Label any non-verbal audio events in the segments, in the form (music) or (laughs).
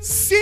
Sim!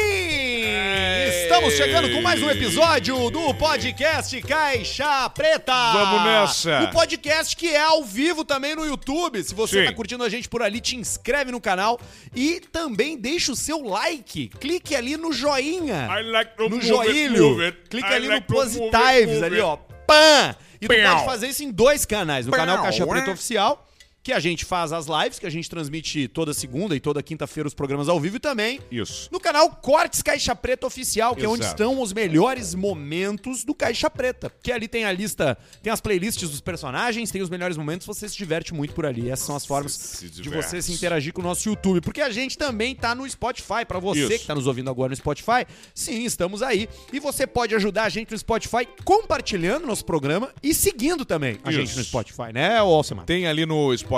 Estamos chegando com mais um episódio do podcast Caixa Preta. Vamos nessa. O podcast que é ao vivo também no YouTube. Se você Sim. está curtindo a gente por ali, te inscreve no canal e também deixa o seu like. Clique ali no joinha. I like to no move it, joelho. move it. Clica I ali like no to move it, Positives, move ali, it. ó. Pã! E tu Pau. pode fazer isso em dois canais. No canal Pau, Caixa Preta é? Oficial, que a gente faz as lives, que a gente transmite toda segunda e toda quinta-feira os programas ao vivo e também Isso. no canal Cortes Caixa Preta Oficial, que é onde Exato. estão os melhores momentos do Caixa Preta. Que ali tem a lista, tem as playlists dos personagens, tem os melhores momentos, você se diverte muito por ali. Essas são as formas se de diverte. você se interagir com o nosso YouTube. Porque a gente também tá no Spotify. Pra você Isso. que tá nos ouvindo agora no Spotify, sim, estamos aí. E você pode ajudar a gente no Spotify compartilhando nosso programa e seguindo também a Isso. gente no Spotify, né, Alcimar? Tem ali no Spotify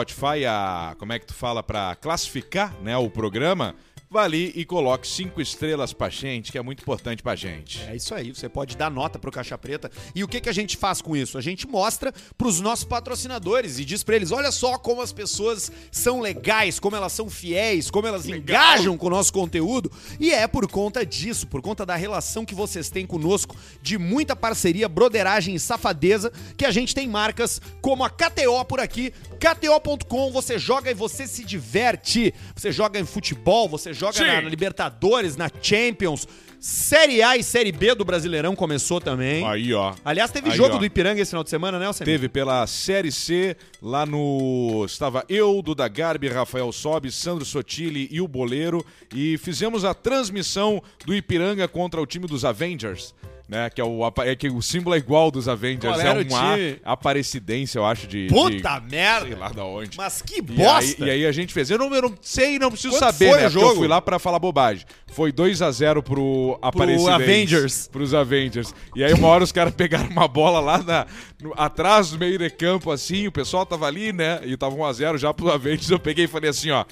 a. Como é que tu fala pra classificar né, o programa? Vá ali e coloque cinco estrelas pra gente, que é muito importante pra gente. É isso aí, você pode dar nota pro Caixa Preta. E o que, que a gente faz com isso? A gente mostra pros nossos patrocinadores e diz pra eles: olha só como as pessoas são legais, como elas são fiéis, como elas engajam com o nosso conteúdo. E é por conta disso, por conta da relação que vocês têm conosco, de muita parceria, broderagem e safadeza, que a gente tem marcas como a KTO por aqui, KTO.com, você joga e você se diverte. Você joga em futebol, você joga Sim. na Libertadores, na Champions. Série A e Série B do Brasileirão começou também. Aí, ó. Aliás, teve Aí, jogo ó. do Ipiranga esse final de semana, né, Alcemir? Teve pela Série C, lá no. Estava eu, Duda Garbi, Rafael Sobe, Sandro Sotile e o Boleiro. E fizemos a transmissão do Ipiranga contra o time dos Avengers. Né, que é o, apa- é que o símbolo é igual dos Avengers. Qual é era o um A, time? aparecidência, eu acho, de. Puta de, sei merda! lá da onde. Mas que E bosta! aí- E aí, a gente fez. Eu não, eu não sei, não preciso Quanto saber, foi o né? porque Eu jogo? fui (laughs) lá pra falar bobagem. Foi 2x0 pro Aparecidense. Avengers. Pros Avengers. E aí uma hora os caras pegaram uma bola lá na, no- atrás do meio de campo, assim, o pessoal tava ali, né? E tava 1x0 já pro Avengers. Eu peguei e falei assim, ó...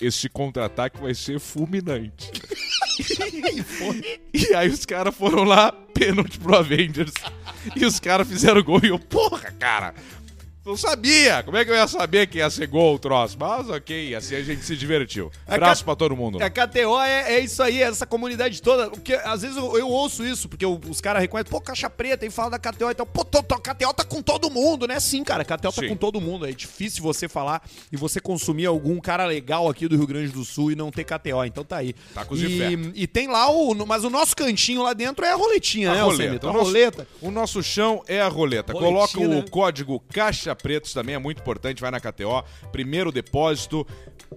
Esse contra-ataque vai ser fulminante. e aí os caras foram lá, pênalti pro Avengers. E os caras fizeram gol e eu, porra, cara. Não sabia! Como é que eu ia saber que ia ser gol o troço? Mas ok, assim a gente se divertiu. A Abraço ca- pra todo mundo. A KTO é, é isso aí, é essa comunidade toda. Porque às vezes eu, eu ouço isso, porque o- os caras reconhecem, pô, caixa preta, e fala da KTO e tal. Pô, tô, tô- a KTO tá com todo mundo, né? Sim, cara, a KTO tá Sim. com todo mundo. É difícil você falar e você consumir algum cara legal aqui do Rio Grande do Sul e não ter KTO. Então tá aí. Tá com os de e, e tem lá o. no- Mas o nosso cantinho lá dentro é a roletinha, né, Alcemito? O A nosso- roleta. O nosso chão é a roleta. Roletinha, Coloca o né? código Caixa Pretos também, é muito importante. Vai na KTO, primeiro depósito,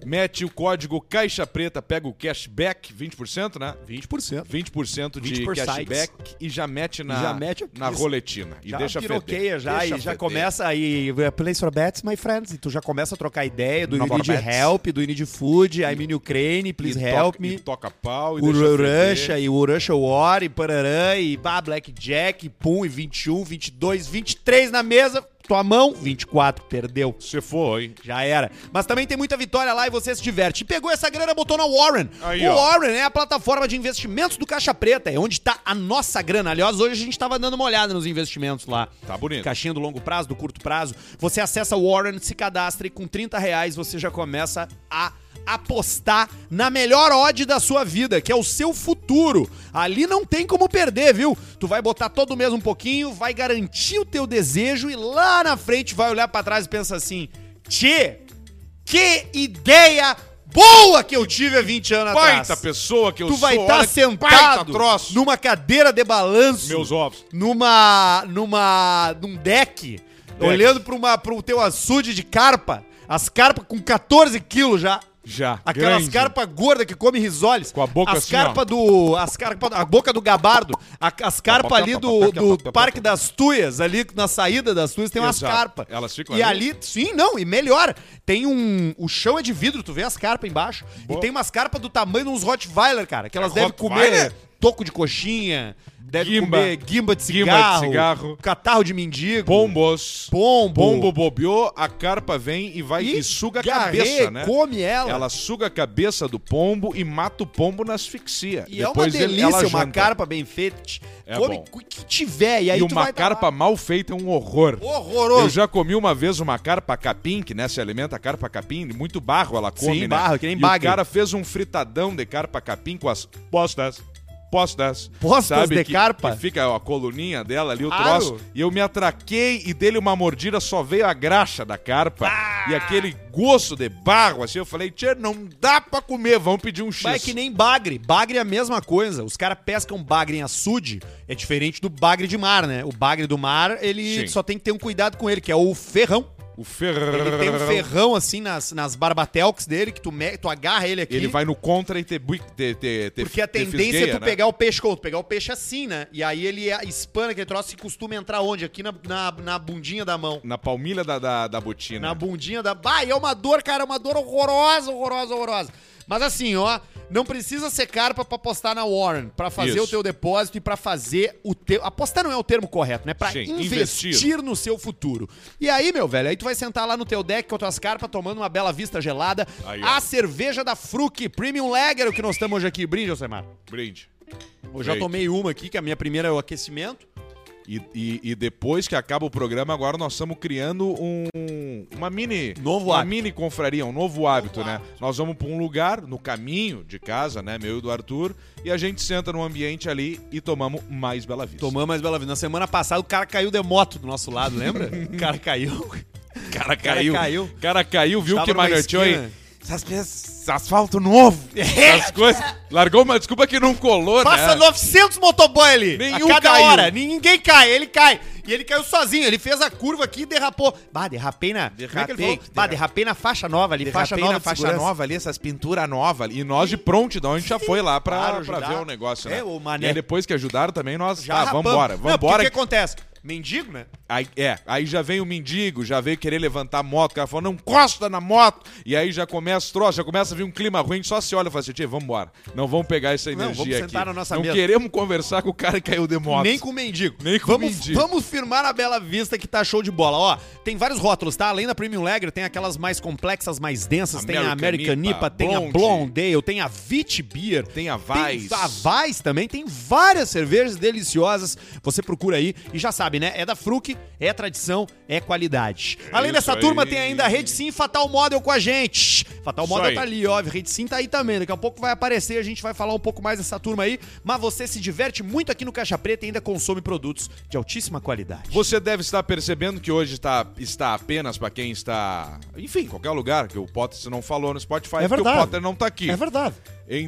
mete o código Caixa Preta, pega o cashback, 20%, né? 20%. 20% de 20% cashback e já mete na, Já mete a- na isso. roletina. E já deixa piroqueia feder. já Deixa e já feder. começa aí place for bets my friends e tu já começa a trocar ideia do you Number need bets. help do you need food I mean Ukraine please E help toca- me E toca pau e o deixa feder. Russia e o Russia War e parará e bah, blackjack e pum e 21 22 23 na mesa tua mão 24 perdeu Você foi. já era. Mas também tem muita vitória lá e você se diverte. E pegou essa grana, botou na Warren. Aí, o ó. Warren é a plataforma de investimentos do Caixa Preta, é onde tá a nossa grana. Aliás, hoje a gente tava dando uma olhada nos investimentos lá. Tá bonito. Caixinha do longo prazo, do curto prazo. Você acessa o Warren, se cadastra e com 30 reais você já começa a apostar na melhor odd da sua vida, que é o seu futuro. Ali não tem como perder, viu? Tu vai botar todo mês um pouquinho, vai garantir o teu desejo e lá na frente vai olhar pra trás e pensa assim: "Tchê, que ideia boa que eu tive há 20 anos Baita atrás". pessoa que eu Tu sou. vai estar olha que sentado Baita troço. numa cadeira de balanço Meus ovos. numa numa num deck, olhando para uma pro teu açude de carpa, as carpas com 14 quilos já. Já. Aquelas Grande. carpas gordas que come risoles. Com a boca as assim, carpa ó. do. As carpa, a boca do gabardo. a- as carpas ali do, do Parque das Tuias, ali na saída das Tuias, tem umas Exato. carpas. Elas ficam E ali? ali, sim, não, e melhor. Tem um. O chão é de vidro, tu vê as carpas embaixo. E Boa. É, tem umas carpas do tamanho de uns Rottweiler, cara. Que elas devem comer. Rottweiler? toco de coxinha, deve Guimba. comer guimba de Guimba cigarro, de cigarro. catarro de mendigo, Pombos. pombo, Pombo bobeou, a carpa vem e vai e, suga a garrê, cabeça, né? come ela. Ela suga a cabeça do pombo e mata o pombo na asfixia. E é uma ele- delícia, ela uma janta. carpa bem feita. Te- É come bom. o que tiver, e aí E tu uma vai pra lá. carpa mal feita é um horror. Eu horroroso. já comi uma vez uma carpa capim, que né, se alimenta a carpa capim, muito barro ela come, Sim, né? barro, que nem e bagre. o cara fez um fritadão de carpa capim com as postas. Postas. Postas sabe, de que, carpa? Que fica a coluninha dela ali, o Claro. troço. E eu me atraquei e dele uma mordida, só veio a graxa da carpa. E aquele gosto de barro, assim, eu falei, tchê, não dá pra comer, vamos pedir um X. Mas é que nem bagre. Bagre é a mesma coisa. Os caras pescam bagre em açude, é diferente do bagre de mar, né? O bagre do mar, ele Sim. só tem que ter um cuidado com ele, que é o ferrão. O ferrão. Ele tem um ferrão assim nas, nas barbatelques dele, que tu, me, tu agarra ele aqui. Ele vai no contra e te, bui- te, te, te Porque a te tendência é fisgueia, tu né? pegar o peixe com pegar o peixe assim, né? E aí ele é- espana aquele troço e costuma entrar onde? Aqui na, na, na bundinha da mão. Na palmilha da, da, da botina. Na bundinha da. Bah, e é uma dor, cara, é uma dor horrorosa, horrorosa, horrorosa. Mas assim, ó, não precisa ser carpa pra apostar na Warren, pra fazer Isso. o teu depósito e pra fazer o teu. Apostar não é o termo correto, né? Pra Sim, investir. investir. no seu futuro. E aí, meu velho, aí tu vai sentar lá no teu deck com as tuas carpas tomando uma bela vista gelada. Aí, ó. a cerveja da Fruc Premium Lager, o que nós estamos hoje aqui. Brinde, Alcemar. Brinde. Eu já Feito. tomei uma aqui, que a minha primeira é o aquecimento. E, e, e depois que acaba o programa, agora nós estamos criando um, uma mini. Novo uma hábito. mini confraria, um novo hábito, né? Nós vamos para um lugar no caminho de casa, né? Meu e do Arthur, e a gente senta no ambiente ali e tomamos mais Bela Vista. Tomamos mais bela vida. Na semana passada o cara caiu de moto do nosso lado, (laughs) lembra? o cara caiu. O cara caiu. O cara caiu, viu Tava que numa maroteou aí? esquina. Essas peças- (laughs) Asfalto novo! As coisas. Largou uma desculpa que não colou, Passa né? 900 motoboy ali. Nenhum a cada caiu. hora. Ninguém cai, ele cai. E ele caiu sozinho. Ele fez a curva aqui e derrapou. Bah, derrapei na. como é que ele Derrapei, falou? derra- Bah, derrapei na faixa nova ali. Derrapei Faixa nova, na de faixa segurança. nova ali, essas pinturas novas ali. E nós de prontidão, a gente já foi lá pra, Claro, pra ajudar. ver o negócio, né? É, o mané. E aí depois que ajudaram também, nós... Já Já tá, rapamos. vambora, Não, porque vambora. O que acontece? Mendigo, né? Aí, é, aí já vem o mendigo, já veio querer levantar a moto, o cara falou, não encosta na moto. E aí já começa o troço, já começa a vir um clima ruim, só se olha e fala assim, tia, vambora. Não vamos pegar essa Não, energia vamos aqui. sentar na nossa não mesa. queremos conversar com o cara que caiu de moto. Nem com o mendigo. Nem com vamos, mendigo. Vamos firmar a Bela Vista que tá show de bola. Ó, tem vários rótulos, tá? Além da Premium Lager, tem aquelas mais complexas, mais densas. tem a American American IPA, Nipa, tem a Blonde. Blonde Ale, tem a Vit Beer. Tem a Weiss. Tem a Weiss também. Tem várias cervejas deliciosas. Você procura aí e já sabe, né? É da Fruc, é tradição, é qualidade. Além É isso dessa turma, aí. tem ainda a Rede Sim e Fatal Model com a gente. Fatal Isso Model aí. tá ali, ó. Rede Sim tá aí também. Daqui a pouco vai aparecer, a gente vai falar um pouco mais dessa turma aí. Mas você se diverte muito aqui no Caixa Preta e ainda consome produtos de altíssima qualidade. Você deve estar percebendo que hoje está, está apenas para quem está, enfim, em qualquer lugar, que o Potter não falou no Spotify, É porque o verdade. É Potter não tá aqui. verdade.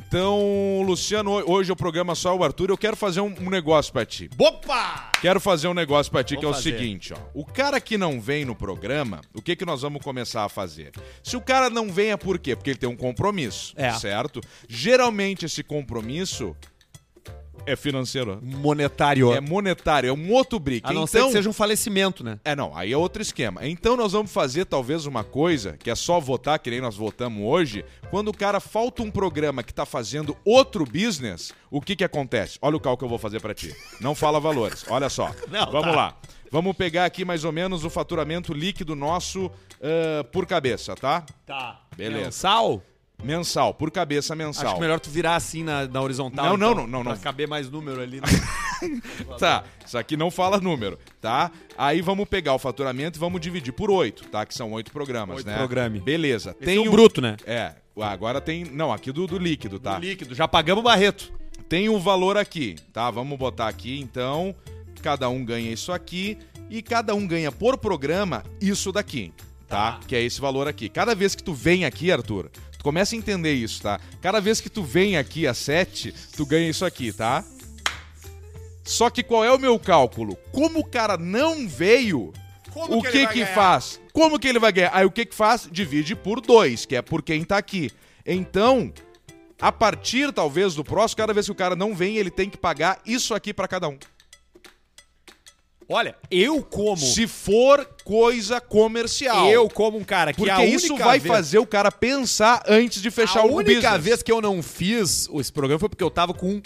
Então, Luciano, ho- hoje o programa é só o Arthur, eu quero fazer um, um negócio pra ti. Opa! Quero fazer um negócio pra ti Vou que é o fazer. seguinte, ó. O cara que não vem no programa, o que que nós vamos começar a fazer? Se o cara não vem é por quê? Porque ele tem um compromisso, É. certo? Geralmente esse compromisso é financeiro, Monetário. é monetário, é um outro brick. a não ser então, que seja um falecimento, né? é, não, aí é outro esquema. Então nós vamos fazer talvez uma coisa, que é só votar, que nem nós votamos hoje, quando o cara falta um programa que tá fazendo outro business, o que que acontece? Olha o cálculo que eu vou fazer pra ti. Não fala valores, olha só. (laughs) Não, vamos tá. lá. Vamos pegar aqui mais ou menos o faturamento líquido nosso ah, por cabeça, tá? Tá. Beleza. Mensal? Mensal, por cabeça Acho mensal. que melhor tu virar assim na, na horizontal. Não, não, então, não, não, Pra não. caber mais número ali. Né? Tá, isso aqui não fala número, tá? Aí vamos pegar o faturamento e vamos dividir por oito, tá? Que são oito programas, Oito né? programas. Beleza. Tem o o- bruto, né? É, agora tem. Não, aqui do, do líquido, tá? Líquido. Já pagamos o Barreto. Tem o valor aqui, tá? Vamos botar aqui então. Cada um ganha isso aqui e cada um ganha por programa isso daqui, tá? Que é esse valor aqui. Cada vez que tu vem aqui, Arthur, tu começa a entender isso, tá? Cada vez que tu vem aqui às 7, tu ganha isso aqui, tá? Só que qual é o meu cálculo? Como o cara não veio, Como o que que ele que, vai ganhar? faz? Como que ele vai ganhar? Aí o que que faz? Divide por dois, que é por quem tá aqui. Então, a partir talvez do próximo, cada vez que o cara não vem, ele tem que pagar isso aqui pra cada um. Olha, eu como. Se for coisa comercial. Eu como um cara que porque a única isso vai vez- fazer o cara pensar antes de fechar a o única business. vez que eu não fiz esse programa foi porque eu tava com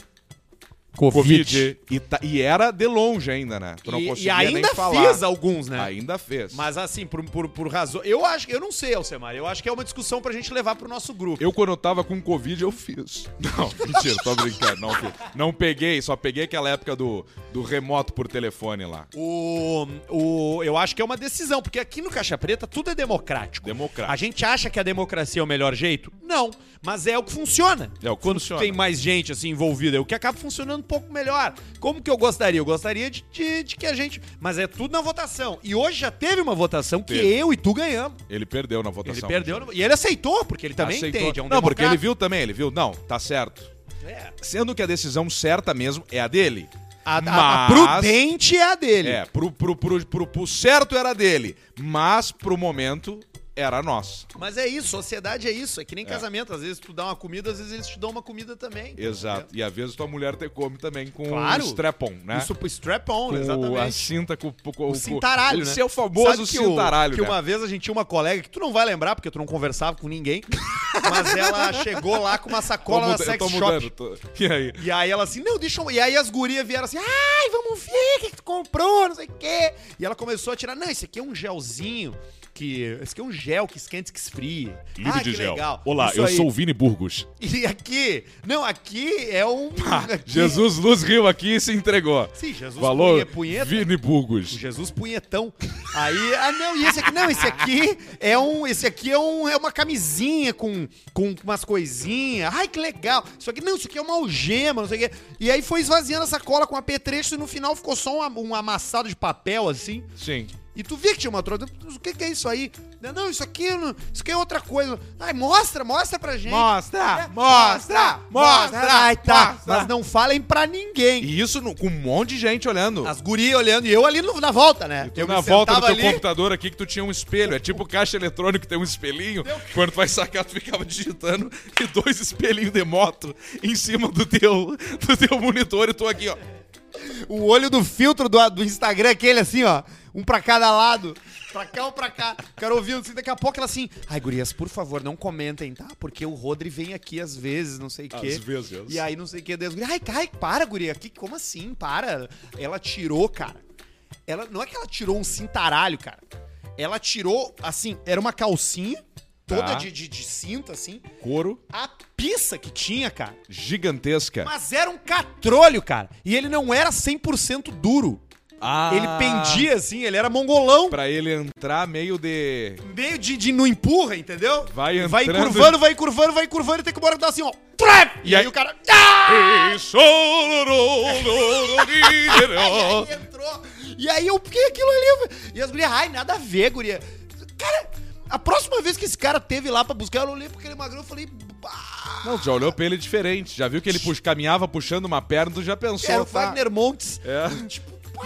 Covid. Covid. E, ta- e era de longe ainda, né? Tu não E, e conseguia ainda nem falar. fiz alguns, né? Ainda fez. Mas assim, por, por, por razão. Eu acho eu não sei, Alcemar. Eu acho que é uma discussão pra gente levar pro nosso grupo. Eu, quando eu tava com Covid, eu fiz. (laughs) Não, mentira, tô brincando. Não, fiz. não peguei, só peguei aquela época do, do remoto por telefone lá. O, o, eu acho que é uma decisão, porque aqui no Caixa Preta tudo é democrático. Democrático. A gente acha que a democracia é o melhor jeito? Não, mas é o que funciona. É o que Quando funciona. tem mais gente assim envolvida, é o que acaba funcionando um pouco melhor. Como que eu gostaria? Eu gostaria de, de, de que a gente. Mas é tudo na votação. E hoje já teve uma votação que Teve. eu e tu ganhamos. Ele perdeu na Ele votação. perdeu no- e ele aceitou, porque ele também Aceitou. entende. É um não, porque ele democrata. viu também, ele viu. Não, tá certo. É. Sendo que a decisão certa mesmo é a dele. A, Mas... a- a prudente é a dele. É, pro, pro, pro, pro, pro certo era a dele. Mas pro momento era a nossa. Mas é isso, sociedade é isso. É que nem casamento. Às vezes tu dá uma comida, às vezes eles te dão uma comida também. Exato. E às vezes tua mulher te come também com Claro. o strap-on, né? Isso pro strap-on, com exatamente. a cinta com, com- com o cintaralho, né? O seu famoso Sabe que o- cintaralho, Que né? uma vez a gente tinha uma colega, que tu não vai lembrar, porque tu não conversava com ninguém, (laughs) mas ela chegou lá com uma Tô sacola da muda- eu sex tô shop. mudando, tô- (laughs) E aí? E aí ela assim, não, deixa eu... E aí as gurias vieram assim, ai, vamos ver o que, que tu comprou, não sei o quê. E ela começou a tirar, não, esse aqui é um gelzinho que... Esse aqui é um gel que esquenta e que esfria. ah, que legal. Isso aí. o Vini (laughs) Burgos. E aqui... Não, aqui é (laughs) um... aqui- Ah, Jesus Luz riu aqui e se entregou. Sim, Jesus Falou punha- punheta. Vini O Burgos. Jesus punhetão. Aí, ah não, e esse aqui, não, esse aqui é um, esse aqui é um, é uma camisinha com, com umas coisinhas. Ai, que legal. Isso aqui, não, isso aqui é uma algema, não sei o quê. E aí foi esvaziando a sacola com apetrecho e no final ficou só um, am- um amassado de papel assim. Sim. E tu vê que tinha uma troca. O que que é isso aí? Não, isso aqui, não- isso aqui é outra coisa. Ai, mostra, mostra pra gente. Mostra, É, Ai, tá. Mas não falem pra ninguém. E isso no- com um monte de gente olhando. As gurias olhando e eu ali no- na volta, né? Tu eu na me volta do sentava teu computador aqui que tu tinha um espelho. É tipo caixa eletrônico que tem um espelhinho. Quando tu vai sacar, tu ficava digitando e dois espelhinhos de moto em cima do teu, do teu monitor e tu aqui, ó. O olho do filtro do, do Instagram, é aquele assim, ó. Um pra cada lado. Pra cá ou pra cá. O cara ouvindo assim, daqui a pouco ela assim. Ai, gurias, por favor, não comentem, tá? Porque o Rodri vem aqui às vezes, não sei o quê. Às vezes. E aí não sei o que, Deus. Ai, ai, para, guria. Que, como assim? Para. Ela tirou, cara. Ela, não é que ela tirou um cintaralho, cara. Ela tirou, assim, era uma calcinha toda Tá. de, de- de cinta, assim. Couro A pizza que tinha, cara. gigantesca. Mas era um catrolho, cara. E ele não era 100% duro. Ah. Ele pendia assim, ele era mongolão. Pra ele entrar meio de. Meio de, de não empurra, entendeu? Vai Vai entrando- curvando, vai curvando, vai curvando, e tem que uma hora que dá assim, ó. Trap! E, E aí, aí- o cara. Ah! E aí entrou. E aí eu fiquei aquilo ali. E as gurias, ai, nada a ver, guria. Cara, a próxima vez que esse cara teve lá pra buscar, eu olhei porque ele é magrão e falei. "Bah, Não, tu já olhou pra ele diferente. Já viu que ele pux- caminhava puxando uma perna, tu já pensou. Era É o tá? Wagner Montes. É. Tipo, pá,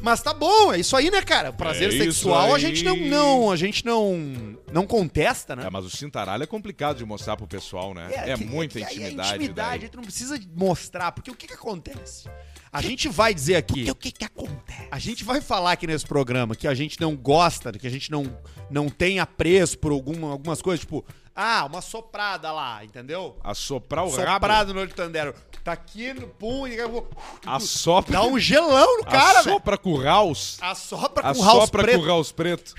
mas tá bom, é isso aí, né, cara? Prazer É isso sexual, a aí. gente não, não, a gente não, não contesta, né? É, mas o cintaralho é complicado de mostrar pro pessoal, né? É, que- muita que aí é intimidade. intimidade, daí. a gente não precisa mostrar, porque o que que acontece? A gente vai dizer aqui, o que que acontece? a gente vai falar aqui nesse programa que a gente não gosta, que a gente não, não tem apreço por alguma, algumas coisas, tipo, ah, uma soprada lá, entendeu? Assoprar o rabo. Soprado no olho do Tandero. Tá aqui no pum e daqui a pouco- Assopra. Dá um gelão no cara, velho. assopra com o Raus. Assopra com o house Assopra com preto. o Raus preto.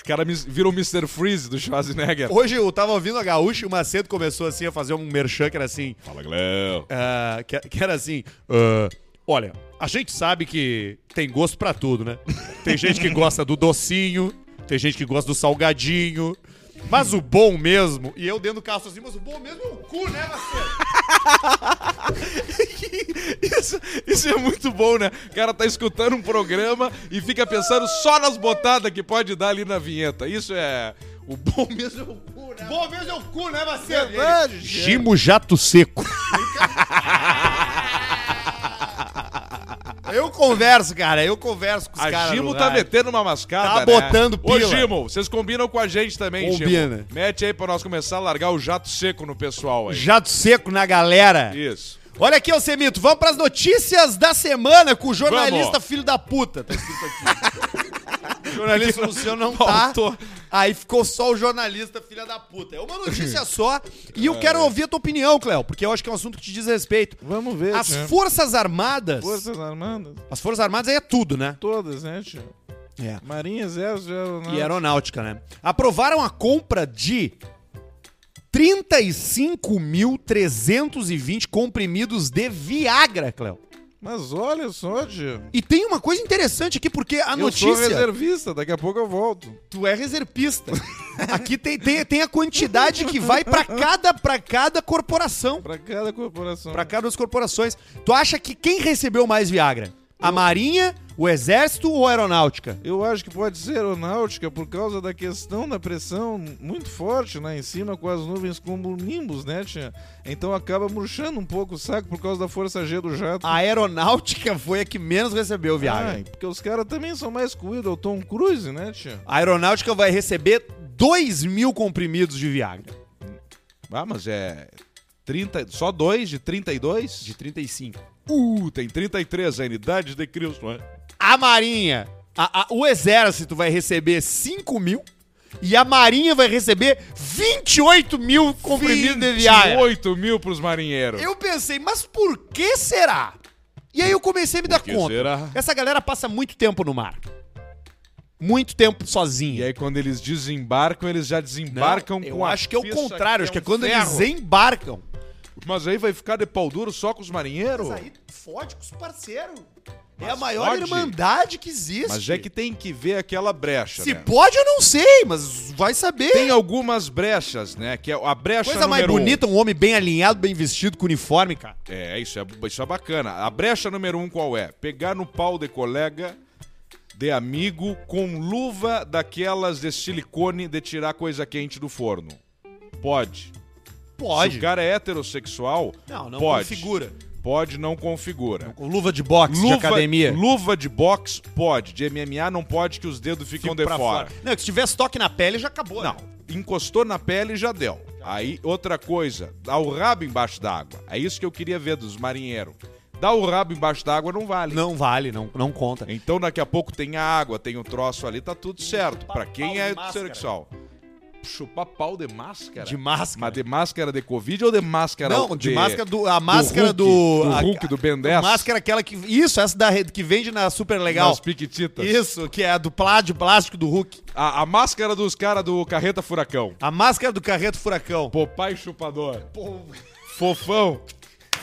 O cara mis- vira o Mr. Freeze do Schwarzenegger. Hoje eu tava ouvindo a Gaúcha e o Macedo começou assim a fazer um merchan que era assim. Fala, Gleu. ah, que, que era assim. ah, olha, a gente sabe que tem gosto pra tudo, né? Tem gente que gosta do docinho, tem gente que gosta do salgadinho. Mas o bom mesmo, e eu dentro do carro assim, mas o bom mesmo é o cu, né, Macedo? Isso, isso é muito bom, né? O cara tá escutando um programa e fica pensando só nas botadas que pode dar ali na vinheta. Isso é o bom mesmo. é o bom, né? bom mesmo é o cu, né, Macedo? Verdade, Gimo jato seco. Eu converso, cara, eu converso com os A caras. Gimo no tá rádio. metendo uma mascada, Tá né? botando pila. Ô, Gimo, vocês combinam com a gente também, Combina. Gimo. Mete aí pra nós começar a largar o jato seco no pessoal aí. Jato seco na galera. Isso. Olha aqui, Alcemito, vamos pras notícias da semana com o jornalista Vamos. (laughs) filho da puta. Tá escrito aqui. o jornalista Luciano não tá. Faltou, Aí ficou só o jornalista, filha da puta. É uma notícia (laughs) só. E É. eu quero ouvir a tua opinião, Cléo, porque eu acho que é um assunto que te diz respeito. Vamos É. ver, As tio. Forças Armadas. Forças Armadas, As Forças Armadas aí é tudo, né? todas, né, tio? É. Marinha, Exército, E Aeronáutica. aeronáutica, né? Aprovaram a compra de 35.320 comprimidos de Viagra, Cléo. Mas olha só, tio. E tem uma coisa interessante aqui, porque a eu notícia. sou reservista, daqui a pouco eu volto. Tu é reserpista. (laughs) Aqui tem, tem, tem a quantidade que vai pra cada, pra cada corporação. Pra cada corporação. Pra cada das corporações. Tu acha que quem recebeu mais Viagra? A Marinha, o Exército ou a Aeronáutica? Eu acho que pode ser aeronáutica por causa da questão da pressão muito forte lá em cima com as nuvens como nimbus, né, tia? Então acaba murchando um pouco o saco por causa da força G do Ah, jato. A Aeronáutica foi a que menos recebeu Viagra. Ai, porque os caras também são mais cuidados, o Tom Cruise, né, tia? A Aeronáutica vai receber 2 mil comprimidos de Viagra. Ah, mas é. 30, só dois de 32? De 35. Uh, tem 33 a idade de Cristo, não é? A Marinha, a- a- o Exército vai receber 5 mil. E a Marinha vai receber 28 mil comprimidos de Viagra. 28 mil pros marinheiros. Eu pensei, mas por que será? E aí eu comecei a me dar que conta. será? Essa galera passa muito tempo no mar. Muito tempo E sozinha. aí, quando eles desembarcam, eles já desembarcam eu com a acho que é o ficha contrário, acho que é um quando eles ferro. embarcam. Mas aí vai ficar de pau duro só com os marinheiros? Mas aí fode com os parceiros. é Mas a maior fode. irmandade que existe. Mas é que tem que ver aquela brecha, Se né? pode, eu não sei, mas vai saber. Tem algumas brechas, né? Que é a brecha Coisa mais número um. bonita, um homem bem alinhado, bem vestido, com uniforme, cara. É, isso é, isso é bacana. A brecha número um qual é? Pegar no pau de colega, de amigo, com luva daquelas de silicone de tirar coisa quente do forno. Pode. Se Pode. o cara é heterossexual, Não, não pode. configura. Pode, não configura. Com luva de boxe, de academia. luva de boxe pode. De MMA não pode que os dedos ficam Fico de é pra fora. Não, que se tiver estoque na pele, já acabou. né? Não. Encostou na pele já deu. Aí, outra coisa, dá o rabo embaixo d'água. É isso que eu queria ver dos marinheiros. Dá o rabo embaixo d'água não vale. Não vale, não, não conta. Então daqui a pouco tem a água, tem o troço ali, tá tudo certo. Pra quem é pau de máscara. heterossexual. Chupar pau de máscara? De máscara. Mas de máscara de Covid ou de máscara não, de, máscara do. A máscara Hulk, do. do a- Hulk, do Ben a 10. Máscara aquela que. Isso, essa da rede que vende na Super Legal. Nas piquititas. Isso, que é a do plá de plástico do Hulk. A, a máscara dos caras do Carreta Furacão. A máscara do Carreto Furacão. Popai Chupador. Fofão.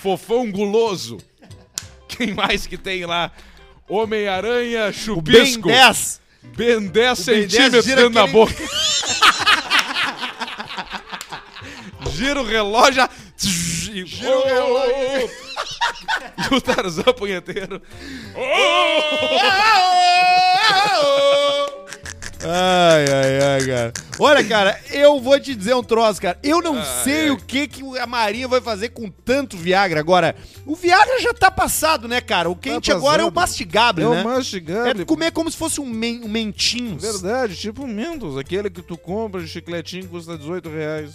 Fofão guloso. Quem mais que tem lá? Homem-Aranha, Bem Chupisco. 10. Ben Ben 10 10 centímetros gira dentro da aquele- (laughs) boca. Gira o relógio. e- Gira o relógio. (laughs) E o Tarzan punheteiro. Oh! Ai, ai, ai, cara. Olha, cara, eu vou te dizer um troço, cara. Eu não sei o que, que a Marinha vai fazer com tanto Viagra. Agora, o Viagra já tá passado, né, cara? O quente agora é o passado. mastigável, É né? o mastigable. É comer como se fosse um, men um mentinhos. Verdade, tipo Mentos, aquele que tu compra de chicletinho custa 18 reais.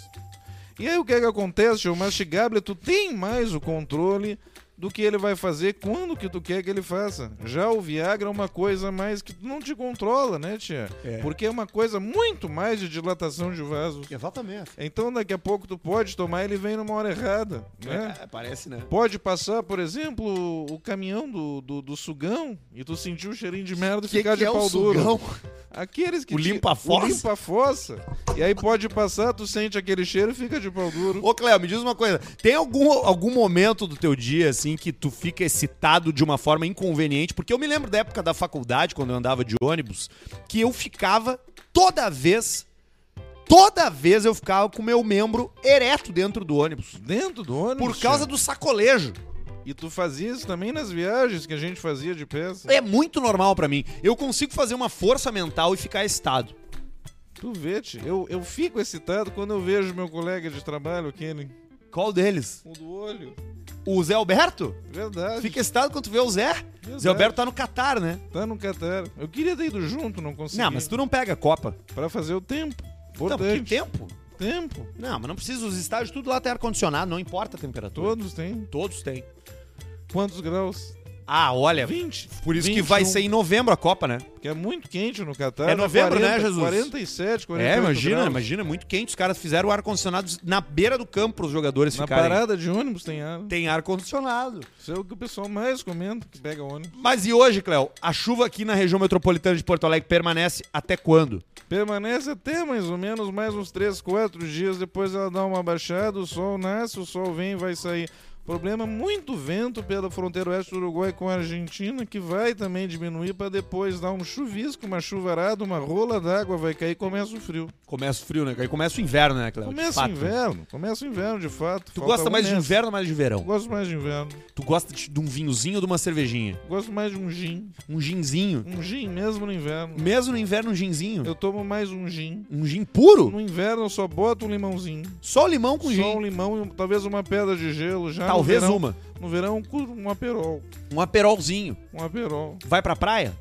E aí o que é que acontece, tio? O mastigable, tu tem mais o controle do que ele vai fazer, quando que tu quer que ele faça. Já o Viagra é uma coisa mais que tu não te controla, né, tia? É. Porque é uma coisa muito mais de dilatação de vasos. Exatamente. Então daqui a pouco tu pode tomar, ele vem numa hora errada, né? parece, né? Pode passar, por exemplo, o caminhão do, do, do sugão e tu sentir o cheirinho de merda e ficar é de pau duro. Aqueles que. O te- limpa-fossa? O limpa-fossa. E aí pode passar, tu sente aquele cheiro e fica de pau duro. Ô, Cléo, me diz uma coisa. Tem algum, algum momento do teu dia, assim, que tu fica excitado de uma forma inconveniente? Porque eu me lembro da época da faculdade, quando eu andava de ônibus, que eu ficava toda vez, toda vez eu ficava com o meu membro ereto dentro do ônibus. Dentro do ônibus. Por causa do sacolejo. E tu fazia isso também nas viagens que a gente fazia de peça. É muito normal pra mim. Eu consigo fazer uma força mental e ficar excitado. Tu vê, tio, eu, eu fico excitado quando eu vejo meu colega de trabalho, aquele. Qual deles? O do olho. O Zé Alberto? Verdade. Fica excitado quando tu vê o Zé. Verdade. Zé Alberto tá no Catar, né? Tá no Catar. Eu queria ter ido junto, não consegui. Não, mas tu não pega a Copa. Pra fazer o tempo. Não, que Importante. tempo? tempo. Não, mas não precisa. Os estádios, tudo lá tem ar-condicionado, não importa a temperatura. Todos têm. Todos têm. Quantos graus? Ah, olha, 20. por isso que vai 21, ser em novembro a Copa, né? Porque um, é muito quente no Catar. É novembro, né, Jesus? 47, 48 É, imagina, graus. imagina, é muito quente. Os caras fizeram o ar-condicionado na beira do campo pros jogadores Na ficarem. parada de ônibus tem ar. Tem ar-condicionado. Isso é o que o pessoal mais comenta, que pega ônibus. Mas e hoje, Cléo? A chuva aqui na região metropolitana de Porto Alegre permanece até quando? Permanece até mais ou menos mais uns 3, 4 dias, depois ela dá uma baixada, o sol nasce, o sol vem e vai sair. Problema, muito vento pela fronteira oeste do Uruguai com a Argentina, que vai também diminuir para depois dar um chuvisco, uma chuvarada, uma rola d'água, vai cair e começa o frio. Começa o frio, né? Aí começa o inverno, né, Cléo? De Começa o fato. inverno, começa o inverno de fato. Tu falta gosta um mais de mês. inverno ou mais de verão? Gosto mais de inverno. Tu gosta de, de um vinhozinho ou de uma cervejinha? Gosto mais de um gin. Um ginzinho? Um gin mesmo no inverno. Mesmo no inverno, um ginzinho? Eu tomo mais um gin. Um gin puro? No inverno eu só boto um limãozinho. Só o limão com Só um gin. limão e um- talvez uma pedra de gelo já. no Talvez verão- uma. No verão, um cu- um aperol. Um aperolzinho. Um aperol. Vai pra praia?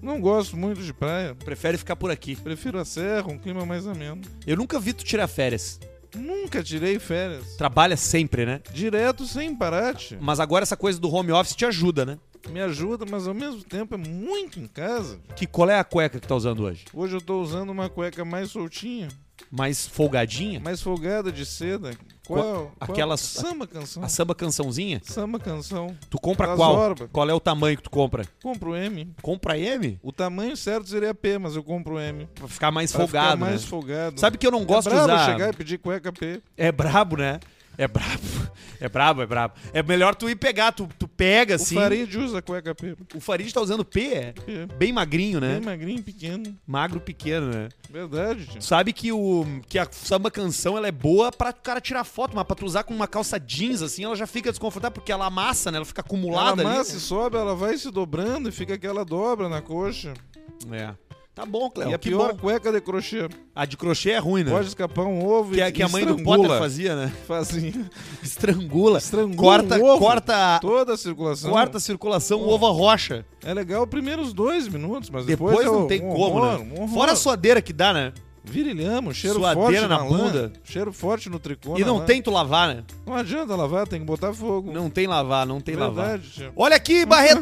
Não gosto muito de praia. Prefere ficar por aqui. Prefiro a serra, um clima mais ameno. Eu nunca vi tu tirar férias. Nunca tirei férias. Trabalha sempre, né? Direto sem parate. Mas agora essa coisa do home office te ajuda, né? Me ajuda, mas ao mesmo tempo é muito em casa. Que qual é a cueca que tá usando hoje? Hoje eu tô usando uma cueca mais soltinha, Mais folgadinha? mais folgada de seda. Qual? qual- aquelas- Samba canção. A samba cançãozinha? Samba canção. Tu compra Das qual? Orba. Qual é o tamanho que tu compra? Compro M. Compra M? O tamanho certo seria P, mas eu compro M. Pra ficar mais Pra folgado, ficar mais né? folgado. Sabe que eu não gosto é de brabo usar... chegar e pedir cueca P. É brabo, né? É brabo. (laughs) É brabo, é brabo. É melhor tu ir pegar, tu, tu pega assim. O Farid usa é cueca P. O Farid tá usando P, é? P. Bem magrinho, né? Bem magrinho, pequeno. Magro pequeno, né? Verdade, tio. Tu Sabe que, o, que a samba canção ela é boa pra o cara tirar foto, mas pra tu usar com uma calça jeans assim, ela já fica desconfortável porque ela amassa, né? Ela fica Ela acumulada amassa e sobe, ela vai se dobrando e fica aquela dobra na coxa. ali. É. Tá bom, Cléo. e a que pior bom. cueca de crochê. A de crochê é ruim, né? Pode escapar um ovo que, é e a- que a mãe do estrangula. Potter fazia, né? Fazia. (laughs) Estrangula. (laughs) Estrangula Corta, um ovo. corta, Toda a circulação. corta a circulação, o ovo a rocha. É legal primeiro os dois minutos, mas Depois, depois, é não um- tem um como, horror, né? um horror. Fora a suadeira que dá, né? Virilhamos, cheiro Suadeira na forte na, bunda. Lã, cheiro forte no tricô. e na não lã. tem tu lavar, né? Não adianta lavar, tem que botar fogo. Não tem lavar, não tem lavar. Verdade, tio. Olha aqui, Barreto!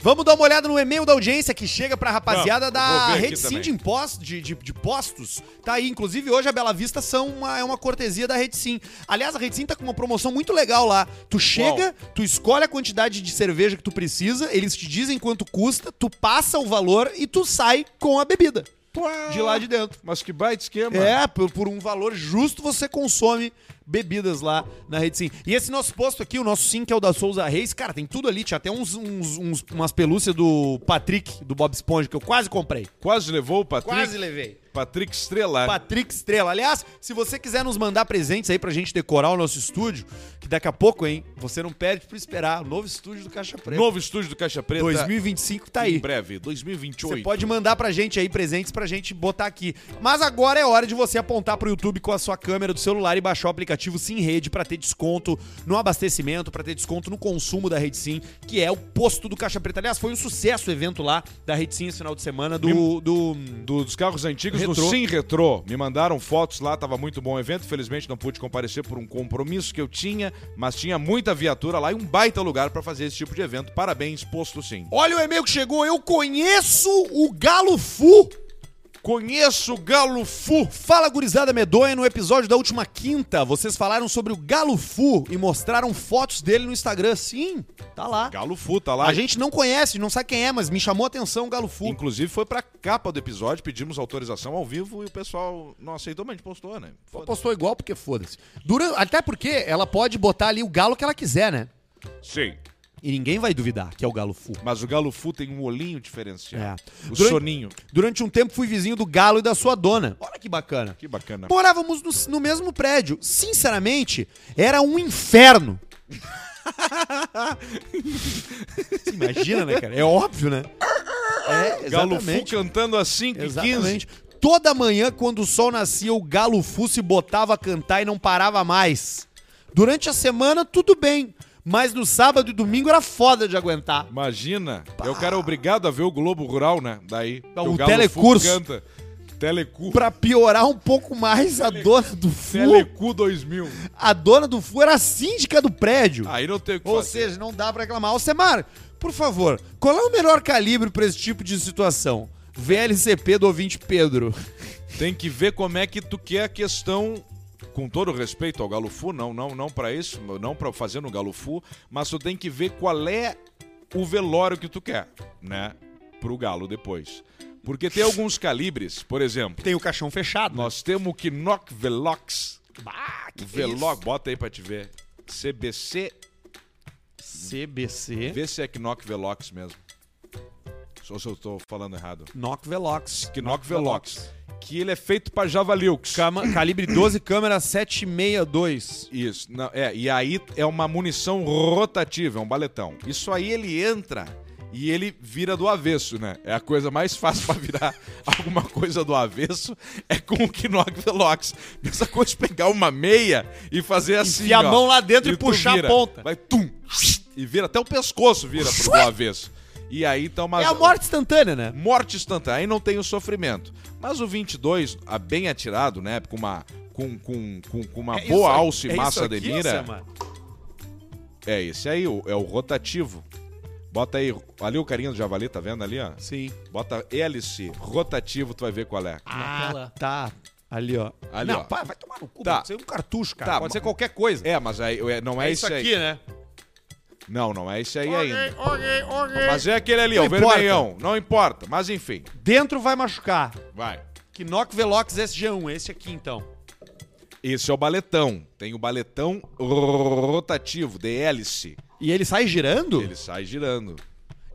Vamos dar uma olhada no e-mail da audiência que chega pra rapaziada Vamos, eu da vou ver aqui Rede Sim também. de, impostos, de, de- de postos. Tá aí, inclusive hoje a Bela Vista são uma- é uma cortesia da Rede Sim. Aliás, a Rede Sim tá com uma promoção muito legal lá. Tu chega, tu escolhe a quantidade de cerveja que tu precisa, eles te dizem quanto custa, tu passa o valor e tu sai com a bebida Oh! de lá de dentro. Mas que baita esquema. É, por, por um valor justo você consome bebidas lá na Rede Sim. E esse nosso posto aqui, o nosso Sim, que é o da Souza Reis, cara, tem tudo ali. Tinha até uns, uns- uns- umas pelúcias do Patrick, do Bob Esponja, que eu quase comprei. Quase levou o Patrick, Quase levei. Patrick Estrela. Patrick Estrela. Aliás, se você quiser nos mandar presentes aí pra gente decorar o nosso estúdio, que daqui a pouco, hein, você não perde pra esperar. Novo estúdio do Caixa Preta. Novo estúdio do Caixa Preta. 2025 tá Em aí. breve, Você 2028. pode mandar pra gente aí presentes pra gente botar aqui. Mas agora é hora de você apontar pro YouTube com a sua câmera do celular e baixar o aplicativo Sim Rede pra ter desconto no abastecimento, pra ter desconto no consumo da Rede Sim, que é o posto do Caixa Preta. Aliás, foi um sucesso o evento lá da Rede Sim esse final de semana do. do... Dos carros antigos Retrô. no Sim Retrô. Me mandaram fotos lá, tava muito bom o evento. Felizmente não pude comparecer por um compromisso que eu tinha, mas tinha muita viatura lá e um baita lugar pra fazer esse tipo de evento. Parabéns, posto sim. Olha o e-mail que chegou, eu conheço o Galo Fu. Conheço o Galo Fu. Fala gurizada medonha, no episódio da última quinta, vocês falaram sobre o Galo Fu e mostraram fotos dele no Instagram. Sim, tá lá. Galo Fu, tá lá. A gente não conhece, não sabe quem é, mas me chamou a atenção o Galo Fu. Inclusive foi pra capa do episódio, pedimos autorização ao vivo e o pessoal não aceitou, mas a gente postou, né? Foda-se. Postou igual porque foda-se. Dura- Até porque ela pode botar ali o galo que ela quiser, né? Sim. E ninguém vai duvidar que é o Galo Fu. Mas o Galo Fu tem um olhinho diferenciado. É. O Durante- soninho. Durante um tempo fui vizinho do Galo e da sua dona. Olha que bacana. Que bacana. Morávamos no, no mesmo prédio. Sinceramente, era um (laughs) inferno. Você imagina, né, cara? É óbvio, né? É, Galo Fu cantando às 5 e 15 Exatamente. Toda manhã, quando o sol nascia, o galo fu se botava a cantar e não parava mais. Durante a semana, tudo bem. Mas no sábado e domingo era foda de aguentar. Imagina. É o cara obrigado a ver o Globo Rural, né? Daí. que o Galo Fu telecurso. canta. Telecu. Pra piorar um pouco mais, a dona do fu, Telecu 2000. a dona do fu era a síndica do prédio. Aí não tem o que Ou fazer. seja, não dá pra reclamar. Alcemar, Por favor, qual é o melhor calibre pra esse tipo de situação? VLCP do ouvinte Pedro. Tem que ver como é que tu quer a questão. Com todo respeito ao Galofu, não, não, não para isso, não para fazer no Galofu, mas tu tem que ver qual é o velório que tu quer, né? Pro Galo depois. Porque tem alguns calibres, por exemplo, Tem o caixão fechado. nós temos o Knock Velox. Bah, que Velox, bota aí pra te ver. CBC, isso? CBC. vê se é Knock Velox mesmo. Só se eu tô falando errado. Knock Velox. Knock Velox. Que ele é feito pra Javalilks. Cama- calibre 12, câmera 762. Isso, não, é, e aí é uma munição rotativa, é um baletão. Isso aí ele entra e ele vira do avesso, né? É a coisa mais fácil pra virar (laughs) alguma coisa do avesso é com o Knock Velox. Mesma coisa de pegar uma meia e fazer assim, Enfiar a ó, mão lá dentro e tu puxar a ponta. Vai tum, e vira até o pescoço vira pro do avesso. E aí tá uma É a morte instantânea, né? morte instantânea, aí não tem o sofrimento. Mas o 22, a bem atirado, né, com uma com, com, com, com É uma boa alça e massa de mira, é esse aí, o- é o rotativo. Bota aí, ali o carinha do javali, tá vendo ali, ó? Sim. Bota hélice, rotativo, tu vai ver qual é. Ah, tela. tá. Ali, ó. Ali, não, ó. pá, vai tomar no cu. Tá. Pode ser um cartucho, cara. Tá, Pode ma- ser qualquer coisa. É, mas aí é- não é, É esse aí. né? Não, não é esse aí ainda. Mas é aquele ali, ó, o Não importa. vermelhão. Não importa, mas enfim. Dentro vai machucar. Vai. Knock Velox SG1, esse aqui então. Esse é o baletão. Tem o baletão rotativo, de hélice. E ele sai girando? Ele sai girando.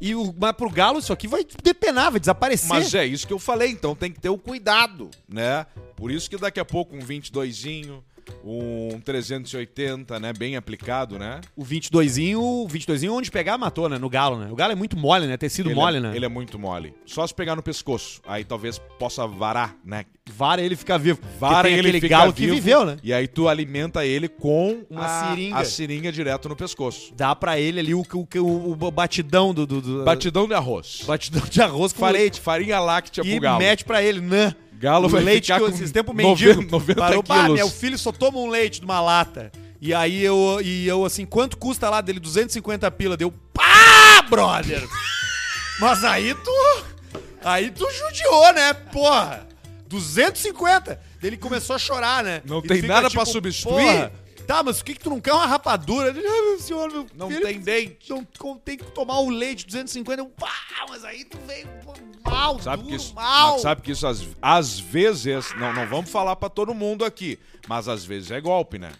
E o, mas pro Galo isso aqui vai depenar, vai desaparecer. Mas é isso que eu falei, então tem que ter o cuidado, né? Por isso que daqui a pouco um 22zinho, um 380, né, bem aplicado, né? O 22zinho, o 22zinho onde pegar matou, né? No Galo, né? O Galo é muito mole, né? Tecido Ele mole, é, né? Ele é muito mole. Só se pegar no pescoço, aí talvez possa varar, né? Vara ele fica vivo. Vara Porque tem ele aquele fica Galo vivo, que viveu, né? E aí tu alimenta ele com Uma a, seringa. a seringa direto no pescoço. Dá pra ele ali o, o, o- o batidão do, do- do- Batidão de arroz. batidão de arroz com Fare- leite. Farinha láctea E pro galo. mete pra ele, né? Galo o vai leite ficar que eu- com esses tempos 90 mendigo. 90 parou, "Bah, quilos." meu filho só toma um leite de uma lata. E aí eu, e eu assim, quanto custa lá dele? 250 pila. Deu, pá, brother! (laughs) Mas aí tu. Aí tu judiou, né? Porra! 250! Daí Ele começou a chorar, né? Não E tu tem fica nada pra substituir? "Porra, Tá, mas o que que tu não quer? Uma rapadura? Ele, ah, meu senhor, meu Não filho, tem dente. Não com- tem que tomar o leite 250. Eu, pá, mas aí tu veio pô, mal, Sabe duro, que isso, mal. mas sabe que isso às, às vezes, não, não vamos falar pra todo mundo aqui, mas às vezes é golpe, né?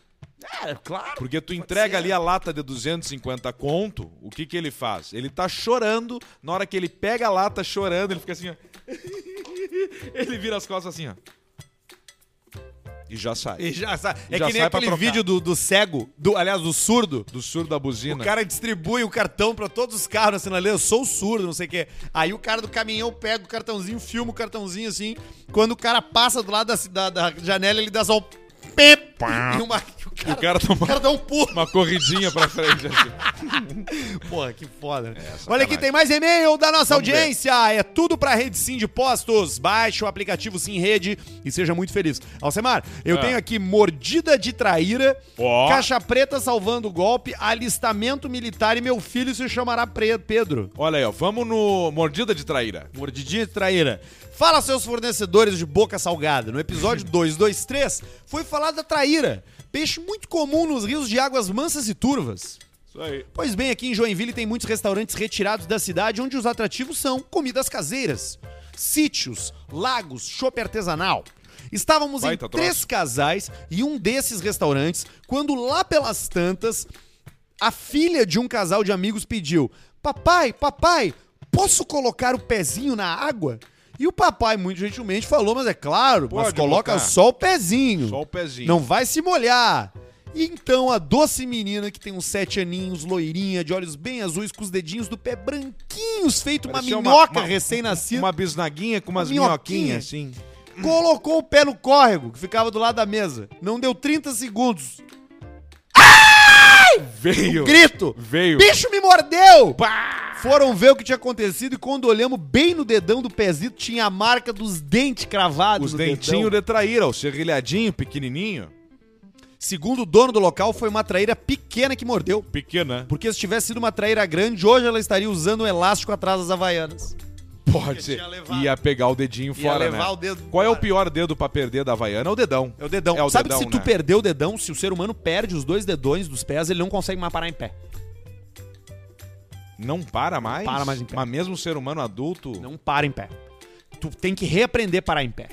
É, claro. Porque tu entrega ser. ali a lata de 250 conto, o que que ele faz? Ele tá chorando, na hora que ele pega a lata chorando, ele fica assim, ó. (laughs) ele vira as costas assim, ó. E já sai. E já sa- E é já que nem sai pra aquele trocar. vídeo do, do cego, do, aliás, do surdo. Do surdo da O buzina. cara distribui o cartão pra todos os carros na sinaleira, eu sou surdo, não sei o quê. Aí o cara do caminhão pega o cartãozinho, filma o cartãozinho assim. Quando o cara passa do lado da, ci- da, da janela, ele dá só um pep. E uma, e o, cara, o cara toma o cara dá um pulo. uma corridinha pra frente assim. Porra, que foda. né? Olha É, sacanagem. aqui, tem mais e-mail da nossa Vamos ver. audiência. É tudo pra Rede Sim de Postos. Baixe o aplicativo Sim Rede e seja muito feliz. Alcemar, eu Ah. tenho aqui mordida de traíra, Ó. caixa preta salvando o golpe, alistamento militar e meu filho se chamará Pre- Pedro. Olha aí, ó, vamos no mordida de traíra. Mordidinha de traíra. Fala seus fornecedores de boca salgada. No (laughs) episódio 223 foi falado da traíra, peixe muito comum nos rios de águas mansas e turvas. Isso aí. Pois bem, aqui em Joinville tem muitos restaurantes retirados da cidade onde os atrativos são comidas caseiras, sítios, lagos, chopp artesanal. Estávamos Baita em três casais e um desses restaurantes, quando lá pelas tantas, a filha de um casal de amigos pediu: Papai, papai, posso colocar o pezinho na água? E o papai, muito gentilmente, falou: Mas é claro, mas Pode coloca botar. só o pezinho. Só o pezinho. Não vai se molhar. E então a doce menina que tem uns sete aninhos, loirinha, de olhos bem azuis, com os dedinhos do pé branquinhos, feito Parecia uma uma- minhoca uma- recém-nascida, Uma bisnaguinha com umas Minhoquinha. minhoquinhas, assim. colocou o pé no córrego que ficava do lado da mesa. Não deu 30 segundos. Veio. Grito! Veio. Bicho me mordeu! Foram ver o que tinha acontecido e quando olhamos bem no dedão do pezito, tinha a marca dos dentes cravados Os no dentinhos dedão. de traíra, o serrilhadinho, pequenininho. Segundo o dono do local, foi uma traíra pequena que mordeu. Pequena. Porque se tivesse sido uma traíra grande, hoje ela estaria usando um elástico atrás das Havaianas. Pode ser. tinha levado. Ia pegar o dedinho Ia fora, levar né? o dedo Qual é o fora. pior dedo pra perder da Havaiana? É o dedão. É o dedão. É o Sabe dedão, que se tu né? perder o dedão, se o ser humano perde os dois dedões dos pés, ele não consegue mais parar em pé. Não para mais? para mais em pé. Mas mesmo um ser humano adulto... Não para em pé. Tu tem que reaprender a parar em pé.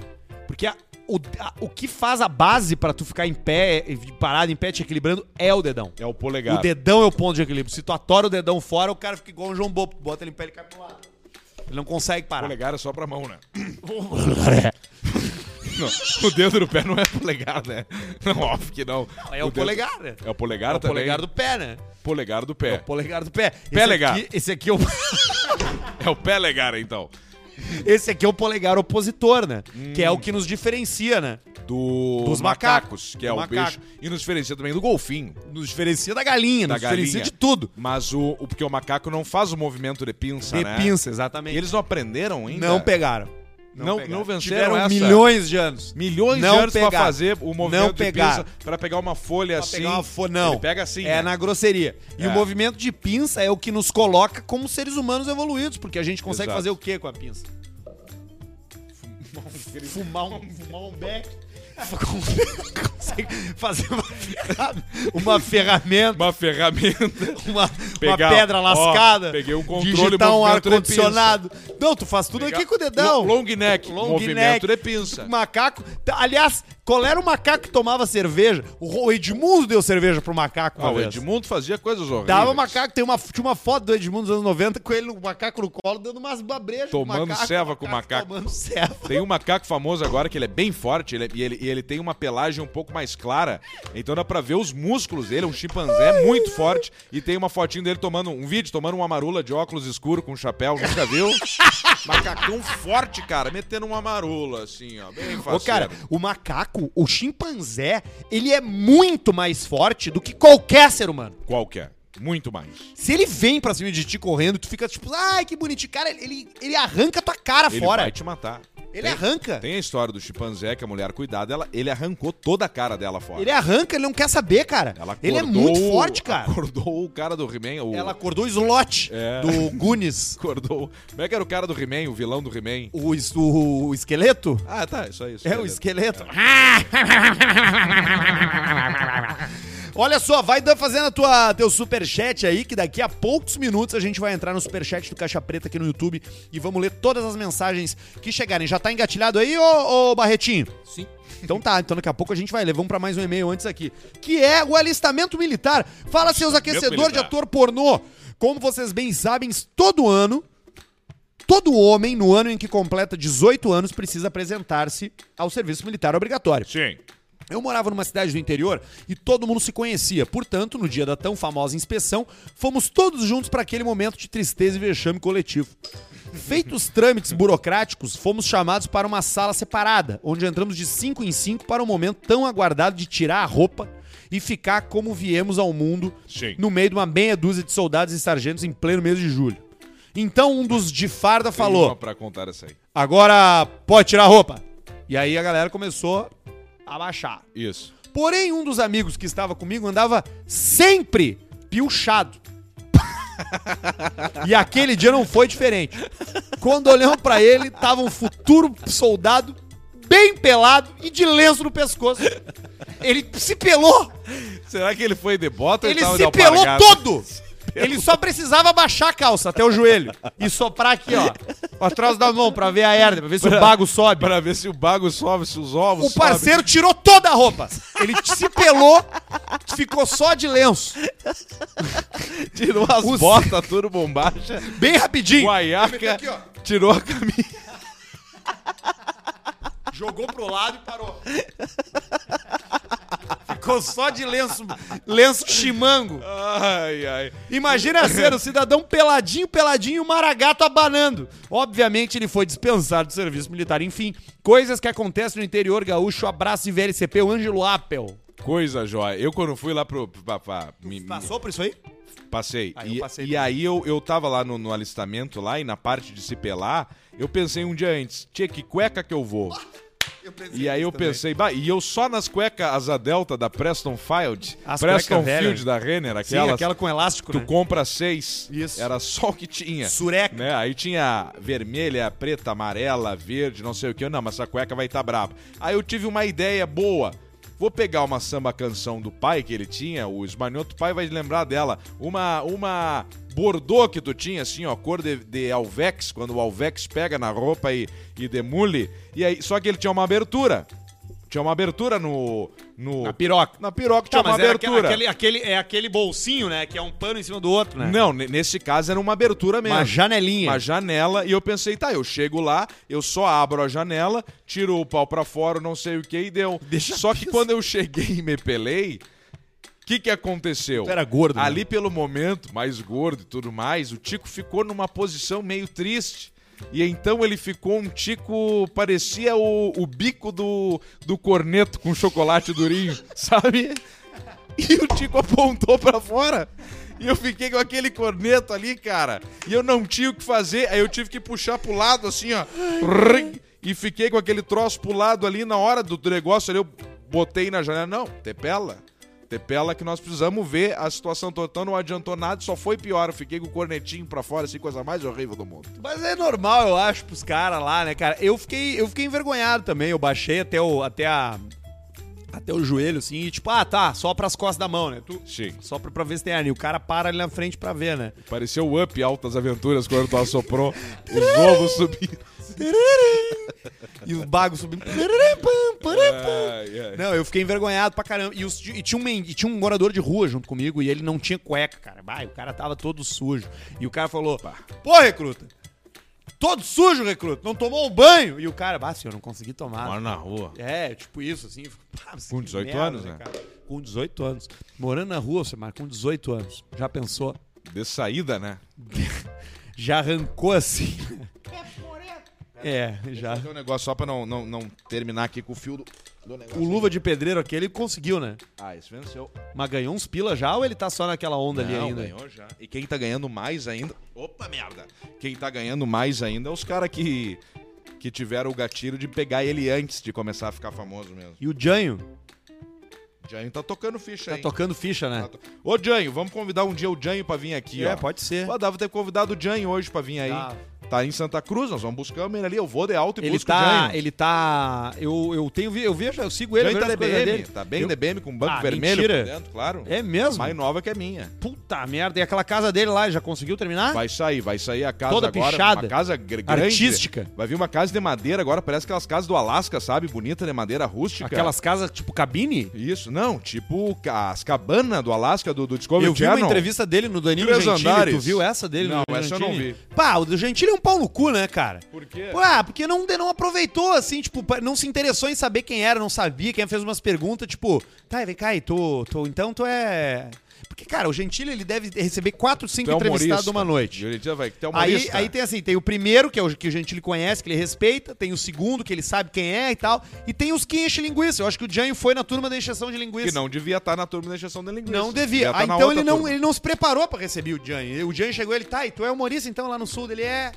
Porque a- o, a- o que faz a base pra tu ficar em pé, e parado em pé, te equilibrando, é o dedão. É o polegar. O dedão é o ponto de equilíbrio. Se tu atora o dedão fora, o cara fica igual um João Bobo. Tu Bota ele em pé, ele cai pro lado. Ele não consegue O parar. É, polegar é só pra mão, né? (laughs) (laughs) Não, o dedo do pé não é polegar, né? Não, óbvio que não. É o, dedo- polegar, né? É o polegar É o também. polegar do pé, né? Polegar do É pé. o polegar do pé. Esse Pélegar. aqui- Esse aqui é o... É o pélegar, então. Esse aqui é o polegar opositor, né? Que é o Hum. que nos diferencia, né? Do... Dos macacos, macacos, que é do o macaco. peixe. E nos diferencia também do golfinho. Nos diferencia da galinha, Da nos galinha. diferencia de tudo. Mas o, o- Porque o macaco não faz o movimento de pinça, De né? pinça, E exatamente. eles não aprenderam ainda? não pegaram. Não- pegaram. não venceram Tiveram essa? milhões de anos. Milhões Não de anos pra pegaram. fazer o movimento Não de pinça pegaram. pra pegar uma folha assim. pegar uma fo- não. Ele pega assim, é né? na grosseria. E É. o movimento de pinça é o que nos coloca como seres humanos evoluídos, porque a gente consegue Exato. fazer o quê com a pinça? Fumar um, fumar um beck. consegue fazer uma, ferra- uma ferramenta, Uma ferramenta. uma, uma Pegar, pedra ó, lascada, peguei o controle e digitar um movimento de ar-condicionado. Não, tu faz tudo aqui com o dedão. Long neck. Long neck. movimento de pinça. Macaco. Tá, Aliás, qual era o macaco que tomava cerveja? O Ro- o Edmundo deu cerveja pro macaco. Ah, Uma o vez. Edmundo fazia coisas horríveis. Dava macaco, tem uma, tinha uma foto do Edmundo dos anos 90 com ele, no macaco no colo, dando umas babrejas Tomando ceva com o macaco. Tomando ceva. Tem um macaco famoso agora que ele é bem forte ele é- e, ele, e ele tem uma pelagem um pouco mais clara. Então dá pra ver os músculos dele. É um chimpanzé muito forte. E tem uma fotinho dele tomando um vídeo, tomando uma marula de óculos escuro com um chapéu. Nunca viu? (laughs) Macacão forte, cara. Metendo uma marula, assim, ó. Bem Ô, fácil. cara, o macaco, o chimpanzé, ele é muito mais forte do que qualquer ser humano. Qualquer. é? Muito mais. Se ele vem pra cima de ti correndo, tu fica tipo, ai, que bonitinho. Cara, ele, ele arranca tua cara Ele fora. vai te matar. Ele tem, arranca. Tem a história do chimpanzé que a mulher cuidada, ela, ele arrancou toda a cara dela fora. Ele arranca, ele não quer saber, cara. Ela ele é acordou- muito forte, cara. Acordou o cara do He-Man. o- Ela acordou o slot É. do Goonies. Acordou. Como é que era o cara do He-Man, o vilão do He-Man? O, es- o- o esqueleto? Ah, tá, é só isso. É o beleza. esqueleto. (laughs) Olha só, vai dan- fazendo a tua, teu superchat aí, que daqui a poucos minutos a gente vai entrar no superchat do Caixa Preta aqui no YouTube e vamos ler todas as mensagens que chegarem. Já tá engatilhado aí, ô, ô Barretinho? Sim. Então tá, então daqui a pouco a gente vai ler. Vamos pra mais um e-mail antes aqui. Que é o alistamento militar. Fala, seus aquecedores de militar. ator pornô. Como vocês bem sabem, todo ano Todo homem, no ano em que completa 18 anos, precisa apresentar-se ao serviço militar obrigatório. Sim. Eu morava numa cidade do interior e todo mundo se conhecia. Portanto, no dia da tão famosa inspeção, fomos todos juntos para aquele momento de tristeza e vexame coletivo. Feitos os trâmites burocráticos, fomos chamados para uma sala separada, onde entramos de 5 em 5 para o momento tão aguardado de tirar a roupa e ficar como viemos ao mundo Sim. no meio de uma meia dúzia de soldados e sargentos em pleno mês de julho. Então um dos de farda Tem uma falou: pra contar essa aí. agora pode tirar a roupa. E aí a galera começou a baixar. Isso. Porém, um dos amigos que estava comigo andava sempre piochado. e aquele dia não foi diferente. Quando olhamos pra ele, tava um futuro soldado bem pelado e de lenço no pescoço. Ele se pelou, Será que ele foi de bota ou ele tava de é (laughs) se pelou alpargata? todo. Ele só precisava baixar a calça até o joelho e soprar aqui, ó, atrás da mão pra ver a hernia, pra ver se o bago sobe. Pra ver se o bago sobe, se os ovos O parceiro tirou toda a roupa. Ele t- se pelou, ficou só de lenço. sobem. tirou as Os- botas, tudo bombacha, Bem rapidinho. tá guaiaca, tirou a camisa. Jogou pro lado e parou. Ficou só de lenço, lenço chimango. Ai, ai. Imagina a cena, o cidadão peladinho, peladinho, e o maragato abanando. Obviamente ele foi dispensado do serviço militar. Enfim, coisas que acontecem no interior gaúcho. Abraço e VLCP, o Ângelo Apple. Coisa jóia. Eu quando fui lá pro... pra- pra- me- me- por isso aí? Passei. Ah, eu e, passei e também. aí eu, eu tava lá no, no alistamento lá e na parte de se pelar, eu pensei um dia antes, tia, que cueca que eu vou? eu pensei E aí eu nisso também. pensei, bah, e eu só nas cuecas asa delta da Preston Field, As Preston cueca velha. Field da Renner, Sim, aquelas, aquela com elástico, tu né? compra seis, Isso. era só o que tinha. Sureca. Né? Aí tinha vermelha, preta, amarela, verde, não sei o que. Não, mas essa cueca vai estar tá braba. Aí eu tive uma ideia boa. Vou pegar uma samba canção do pai que ele tinha, o esmanhoto pai vai lembrar dela. Uma uma bordô que tu tinha, assim, ó, cor de, de alvex, quando o alvex pega na roupa e, e demule. E aí, só que ele tinha uma abertura. Tinha uma abertura no. no na piroca. Na piroca tinha Tá, Tipo uma mas é abertura. aquele, aquele, é aquele bolsinho, né? Que é um pano em cima do outro, né? Não, ne- nesse caso era uma abertura mesmo Uma janelinha. uma janela e eu pensei, tá, eu chego lá, eu só abro a janela, tiro o pau pra fora, não sei o que e deu. só que quando eu cheguei e me pelei, o que que aconteceu? Tu era gordo, né? Ali pelo momento, mais gordo e tudo mais, o Tico ficou numa posição meio triste. E então ele ficou um tico, parecia o, o bico do, do corneto com chocolate durinho, (laughs) sabe? (laughs) E o Tico apontou pra fora. E eu fiquei com aquele corneto ali, cara. E eu não tinha o que fazer. Aí eu tive que puxar pro lado, assim, ó. Ring. E fiquei com aquele troço pro lado ali na hora do negócio ali. Eu botei na janela. Não, tepela. Tepela que nós precisamos ver a situação total. Não adiantou nada, só foi pior. Eu fiquei com o cornetinho pra fora, assim, coisa mais horrível do mundo. Mas é normal, eu acho, pros caras lá, né, cara? Eu fiquei, eu fiquei envergonhado também. Eu baixei até o, até a, até o joelho, assim, e tipo, ah, tá, só pras costas da mão, né? Tu, Sim. só pra, pra ver se tem ar. E o cara para ali na frente pra (laughs) ver, né? Pareceu o Up Altas Aventuras quando tu assoprou os ovos subindo. E os bagos subindo. É, Não, eu fiquei envergonhado pra caramba. E, os- e tinha um, men- e tinha um morador de rua junto comigo e ele não tinha cueca, cara. Bah, e o cara tava todo sujo. E o cara falou: Pô, recruta! Todo sujo, recruta! Não tomou um banho! E o cara, bah, senhor, não consegui tomar. Mora na rua. É, tipo isso, assim. pá, você Com que 18 anos, né? cara? Com 18 anos. Morando na rua, você marca com 18 anos. Já pensou? (laughs) De saída, né? Já arrancou assim. É, já. Fazer um negócio só pra não, não, não terminar aqui com o fio do, do negócio. O luva de pedreiro aqui, ele conseguiu, né? Ah, esse venceu. Mas ganhou uns pila já ou ele tá só naquela onda ali Não, ainda? ganhou já. E quem tá ganhando mais ainda... Opa, merda! Quem tá ganhando mais ainda é os caras que, que tiveram o gatilho de pegar ele antes de começar a ficar famoso mesmo. E o Janho? Janho tá tocando ficha, Tá hein? tocando ficha, né? É, Tá to- Ô, Janho, vamos convidar um dia o Janho pra vir aqui, ó. ser. Pô, dava ter convidado o Janho hoje pra vir aí. Dava. Tá em Santa Cruz, nós vamos buscar ele ali. Eu vou de alto e Ele busco o tá, Janho. ele tá, eu, eu tenho, vi- eu vejo, eu sigo ele, eu Janho vejo tá as coisas DBM, dele. tá bem Eu- DBM com banco Ah, vermelho mentira. por dentro, claro. É mesmo? Mais nova que a minha. Puta merda, e aquela casa dele lá, já conseguiu terminar? Vai sair, vai sair a casa Toda agora. pichada. Uma casa gr- grande. Artística. Vai vir uma casa de madeira agora, parece aquelas casas do Alasca, sabe? Bonita de madeira rústica. Aquelas casas, tipo, cabine? Isso, não, tipo ca- as cabanas do Alasca, do, do Discovery eu vi uma Channel. entrevista dele no Danilo Três Gentili, andares. tu viu essa dele no Não, Danilo essa eu Gentili? não Pá, o do Gentili é um pau no cu, né, cara? Por quê? Pô, Ah, porque não, não aproveitou, assim, tipo, pa- não se interessou em saber quem era, não sabia, quem fez umas perguntas, tipo, tá, vem cá, aí, tu, tu, então tu é... Porque, cara, o Gentili, ele deve receber quatro, cinco Tu é entrevistados humorista. uma noite. Ele já vai, tu é Aí, humorista. aí tem assim, tem o primeiro, que é o que o Gentili conhece, que ele respeita, tem o segundo, que ele sabe quem é e tal, e tem os que enchem linguiça. Eu acho que o Janho foi na turma da encheção de linguiça. Que não devia estar na turma da injeção da linguiça. Não devia. estar Ah, tá na então outra ele não, turma. ele não se preparou pra receber o Jan. O Jan chegou ele, tá, e tu é humorista então lá no sul? Ele é.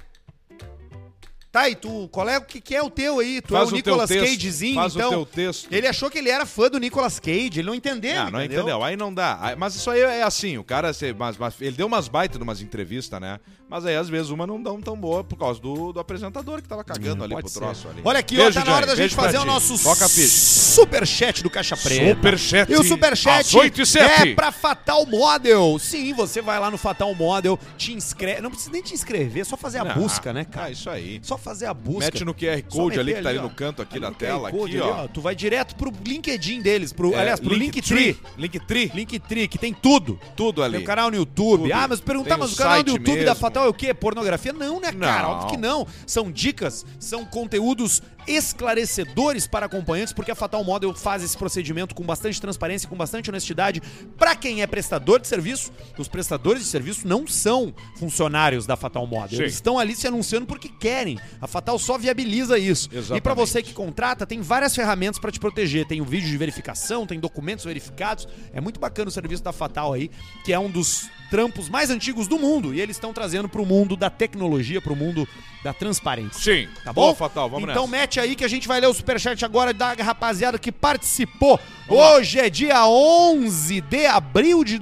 Tá, e tu, qual é o que, que é o teu aí? Tu Faz é o o teu Nicolas texto, Cagezinho, faz o então. teu texto. Ele achou que ele era fã do Nicolas Cage, ele não entendeu. Hum, Ah, não entendeu? Aí não dá. Aí- Mas isso aí é assim, o cara, se- mas, mas ele deu umas baitas numas entrevistas, né? Mas aí às vezes uma não dão tão boa por causa do, do apresentador que tava cagando ali pro troço ali. Hum, Olha aqui, Beijo, ó, tá na hora Jair. da gente Beijo pra fazer o ti. nosso Toca a ficha. superchat do Caixa Preta. Superchat. E o superchat Às oito e sete. é pra Fatal Model. Sim, você vai lá no Fatal Model, te inscreve. Não precisa nem te inscrever, é só fazer a Ah, busca, né, cara? Ah, isso aí. Só fazer a busca. Mete no QR Só Code meter ali que tá ali ó. no canto aqui Ali da no tela, QR Code aqui, ó. Tu vai direto pro LinkedIn deles, pro, É, aliás, pro Linktree. Linktree. Linktree, que tem tudo. Tudo ali. Tem o canal no YouTube. Tudo. Ah, mas perguntar, Tem mas o o canal do site YouTube da mesmo. Fatal é o quê? Pornografia? Não, né, cara? Não. Óbvio que não. São dicas, são conteúdos esclarecedores para acompanhantes, porque a Fatal Down Model faz esse procedimento com bastante transparência, com bastante honestidade. Pra quem é prestador de serviço, os prestadores de serviço não são funcionários da Fatal Model. Eles estão ali se anunciando porque querem. A Fatal só viabiliza isso. E pra Exatamente. você que contrata, tem várias ferramentas pra te proteger. Tem o vídeo de verificação, tem documentos verificados. É muito bacana o serviço da Fatal aí, que é um dos trampos mais antigos do mundo. E eles estão trazendo pro mundo da tecnologia, pro mundo da transparência. Sim. Tá bom? Boa, Fatal, vamos então nessa. mete aí que a gente vai ler o superchat agora da rapaziada que participou. Hoje é dia 11 de abril de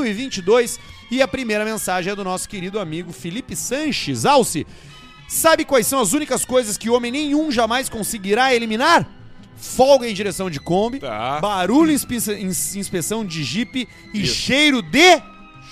2022 e a primeira mensagem é do nosso querido amigo Felipe Sanches. Alce, sabe quais são as únicas coisas que homem nenhum jamais conseguirá eliminar? Folga em direção de Kombi, Tá. barulho em inspe- em inspeção de Jeep e cheiro de...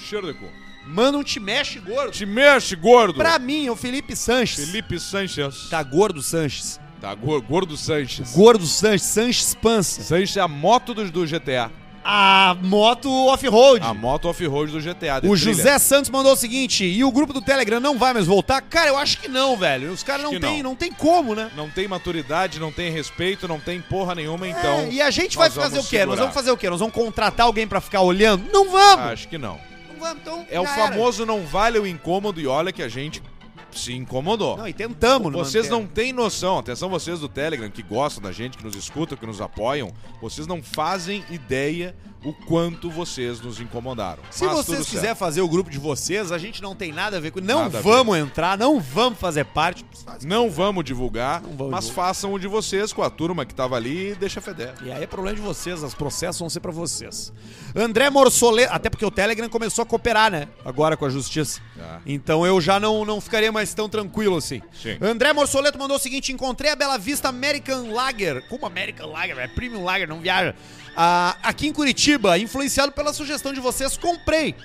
Cheiro de cu. Mano, um te mexe gordo. Te mexe, gordo. Pra mim, é o Felipe Sanches. Felipe Sanches. Tá gordo, Sanches. Tá, go- gordo Sanches. Gordo Sanches, Sanches Pança. Sanches é a moto do, do GTA. A moto off-road. A moto off-road do GTA. de O Ah, trilha. José Santos mandou o seguinte: e o grupo do Telegram não vai mais voltar? Cara, eu acho que não, velho. Os caras Acho não que tem, não. não tem como, né? Não tem maturidade, não tem respeito, não tem porra nenhuma, então. É, e a gente vai nós fazer o vamos quê? Nós segurar. vamos fazer o quê? Nós vamos contratar alguém pra ficar olhando? Não vamos! Acho que não. não vamos, então. É o já era. famoso não vale o incômodo e olha que a gente se incomodou. Não, e tentamos, né? Vocês não têm noção, atenção vocês do Telegram que gostam da gente, que nos escutam, que nos apoiam, vocês não fazem ideia o quanto vocês nos incomodaram. Se Mas vocês tudo quiserem certo. fazer o grupo de vocês, a gente não tem nada a ver com. Não Nada a vamos entrar, não vamos fazer parte. Não vamos divulgar, Não vamos mas divulgar. façam o de vocês com a turma que tava ali e deixa feder. E aí é problema de vocês, os processos vão ser pra vocês. André Morsoleto, até porque o Telegram começou a cooperar, né? Agora com a justiça. Tá. Então eu já não, não ficaria mais tão tranquilo assim. Sim. André Morsoleto mandou o seguinte: encontrei a Bela Vista American Lager. Como American Lager? É Premium Lager, não viaja. Ah, aqui em Curitiba, influenciado pela sugestão de vocês, comprei.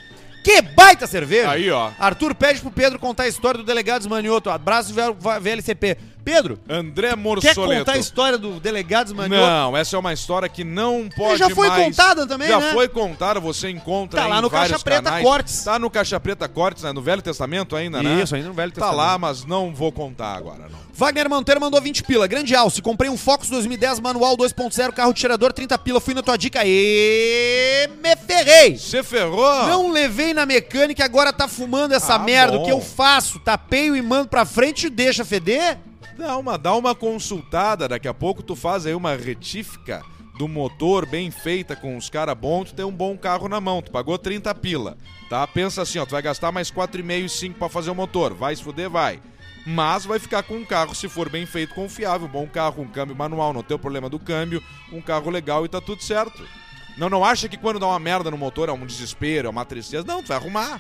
Que baita cerveja! Aí, ó. Arthur pede pro Pedro contar a história do delegado Manioto. Abraço V- VLCP. Pedro, André quer Morsoleto. contar a história do delegado Manioto? Não, essa é uma história que não pode já foi mais- contada também, Já né? foi contada, você encontra Tá lá em no Caixa vários Preta canais. Cortes. Tá no Caixa Preta Cortes, né? no Velho Testamento ainda, né? Isso, ainda no Velho Tá Testamento. lá, mas não vou contar agora, não. Wagner Monteiro mandou 20 pila. Grande alce. Comprei um Focus 2010 manual 2.0, carro de tirador 30 pila. Fui na tua dica e me ferrei. Você ferrou? Não levei na mecânica e agora tá fumando essa Ah, merda. O bom. que eu faço? Tapeio e mando pra frente e deixa feder? Dá uma, dá uma consultada, daqui a pouco tu faz aí uma retífica do motor bem feita com os caras bons, tu tem um bom carro na mão, tu pagou 30 pila, tá? Pensa assim, ó, tu vai gastar mais 4,5 e 5 pra fazer o motor, vai se fuder, vai. Mas vai ficar com um carro, se for bem feito, confiável, bom carro, um câmbio manual, não tem o problema do câmbio, um carro legal e tá tudo certo. Não, não acha que quando dá uma merda no motor é um desespero, é uma tristeza, não, tu vai arrumar.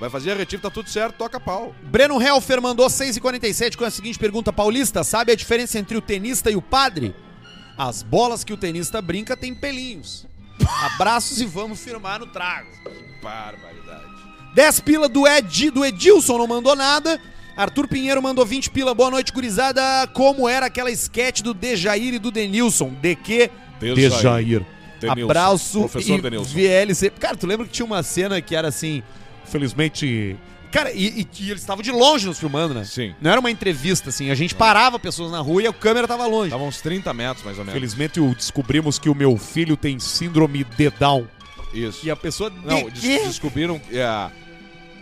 Vai fazer a retífica, tá tudo certo, toca pau. Breno Helfer mandou 6,47 com a seguinte pergunta: Paulista, sabe a diferença entre o tenista e o padre? As bolas que o tenista brinca têm (laughs) pelinhos. Abraços e vamos firmar no trago. Barbaridade. 10 pila do, Ed, do Edilson, não mandou nada. Arthur Pinheiro mandou 20 pila. Boa noite, gurizada. Como era aquela sketch do Dejair e do Denilson? De que? Dejair. Denilson. Abraço Professor e Denilson. VLC. Cara, tu lembra que tinha uma cena que era assim... Felizmente... Cara, e, e- e eles estavam de longe nos filmando, né? Sim. Não era uma entrevista, assim. A gente parava pessoas na rua e a câmera tava longe. Tava uns 30 metros, mais ou menos. Felizmente descobrimos que o meu filho tem síndrome de Down. Isso. E a pessoa... Não, de des- quê? descobriram. que, É...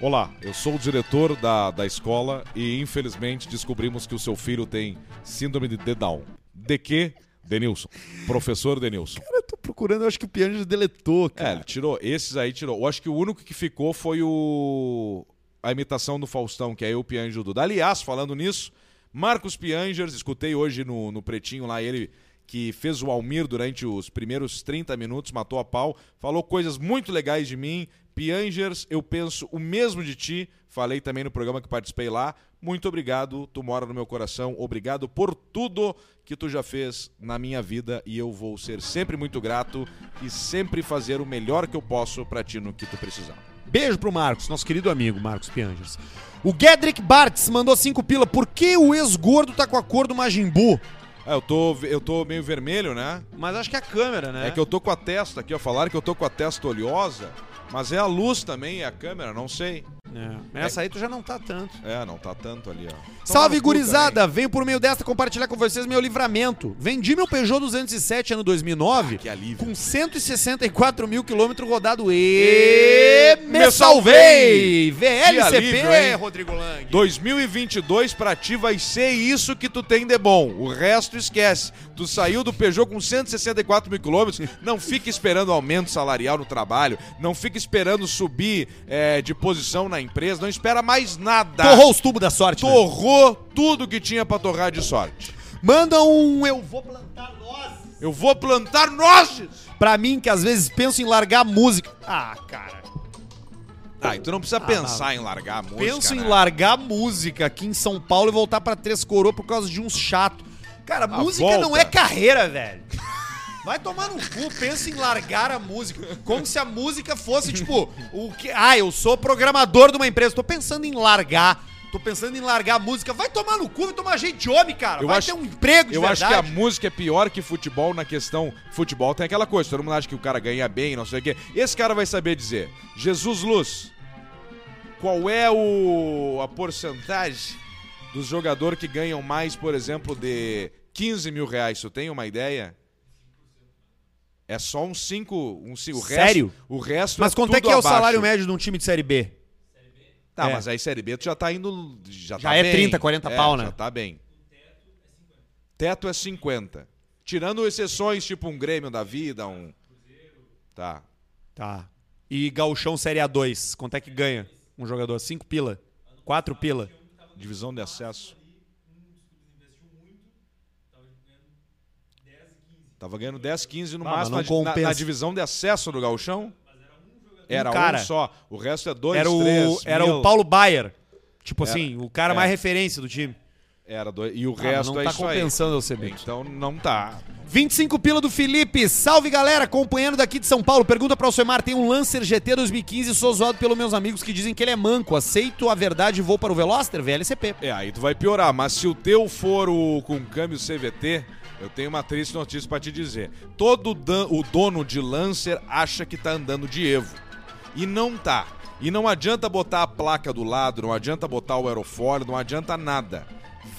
Olá, eu sou o diretor da, da escola e infelizmente descobrimos que o seu filho tem síndrome de Down. De que? Denilson. Professor Denilson. Eu tô procurando, eu acho que o piano já deletou, É, ele tirou. Esses aí tirou. Eu acho que o único que ficou foi o. A imitação do Faustão, que é eu, Pianjo Duda. Aliás, falando nisso, Marcos Piangers, escutei hoje no, no Pretinho lá, ele que fez o Almir durante os primeiros 30 minutos, matou a pau, falou coisas muito legais de mim. Piangers, eu penso o mesmo de ti. Falei também no programa que participei lá. Muito obrigado, tu mora no meu coração. Obrigado por tudo que tu já fez na minha vida e eu vou ser sempre muito grato e sempre fazer o melhor que eu posso pra ti no que tu precisar. Beijo pro Marcos, nosso querido amigo Marcos Piangers. O Gedrick Bartz mandou 5 pila. Por que o ex-gordo tá com a cor do Majin Buu? Ah, eu tô, eu tô meio vermelho, né? Mas acho que a câmera, né? É que eu tô com a testa aqui, ó. Falaram que eu tô com a testa oleosa, mas é a luz também, é a câmera, não sei. Essa aí tu já não tá tanto. É, não tá tanto ali, ó. Salve, gurizada! Venho por meio desta compartilhar com vocês meu livramento. Vendi meu Peugeot 207 ano 2009 Que alívio. com 164 mil quilômetros rodado e... Me Me salvei! salvei! VLCP, alívio, hein? Rodrigo Lang. 2022 pra ti vai ser isso que tu tem de bom. O resto esquece. Tu saiu do Peugeot com 164 mil quilômetros. Não fica esperando aumento salarial no trabalho. Não fica esperando subir é, de posição na empresa. Não espera mais nada. Torrou os tubos da sorte, né? Torrou tudo que tinha pra torrar de sorte. Manda um eu vou plantar nozes. Eu vou plantar nozes! Pra mim, que às vezes penso em largar a música. Ah, cara. Ah, e tu não precisa pensar em largar a música, penso em né? largar a música aqui em São Paulo e voltar pra Três Coroas por causa de uns chato. Cara, música não Ah, volta. é carreira, velho. Vai tomar no cu, pensa em largar a música. Como se a música fosse, tipo, o que. Ah, eu sou programador de uma empresa. Tô pensando em largar. Tô pensando em largar a música. Vai tomar no cu, vai tomar gente de homem, cara. Eu vai acho- ter um emprego de Eu verdade. acho que a música é pior que futebol na questão. Futebol tem aquela coisa, todo mundo acha que o cara ganha bem, não sei o quê. Esse cara vai saber dizer: Jesus Luz, qual é o a porcentagem dos jogadores que ganham mais, por exemplo, de 15 mil reais? Tu tem uma ideia? É só um 5. Um cinco. O Sério? Resto, o resto Mas quanto é tudo que é o abaixo. salário médio de um time de Série B? Tá, É. mas aí Série B tu já tá indo. Já, Já tá é bem. 30, 40 pau, né? Já tá bem. Teto é 50. Tirando exceções, tipo um Grêmio da vida, um. Tá. Tá. E Gauchão Série A2, quanto é que ganha um jogador? Cinco pila? Quatro pila? Divisão de acesso. Tava ganhando 10, 15 no Ah, máximo mas na, não na- compensa. na divisão de acesso do Galchão. Era um, cara. só. O resto é dois, Era, o, três, era mil. o Paulo Baier. Tipo assim, o cara é. mais referência do time. Era dois. E o Ah, mas resto não é tá isso aí. compensando, Alcemito. Então não tá. 25 pila do Felipe. Salve, galera. Acompanhando daqui de São Paulo. Pergunta pra Alcemar. Tem um Lancer GT 2015. Sou zoado pelos meus amigos que dizem que ele é manco. Aceito a verdade e vou para o Veloster? VLCP. É, aí tu vai piorar, mas se o teu for o com câmbio CVT, eu tenho uma triste notícia pra te dizer. Todo dan- o dono de Lancer acha que tá andando de Evo. E não tá. E não adianta botar a placa do lado, não adianta botar o aerofólio, não adianta nada.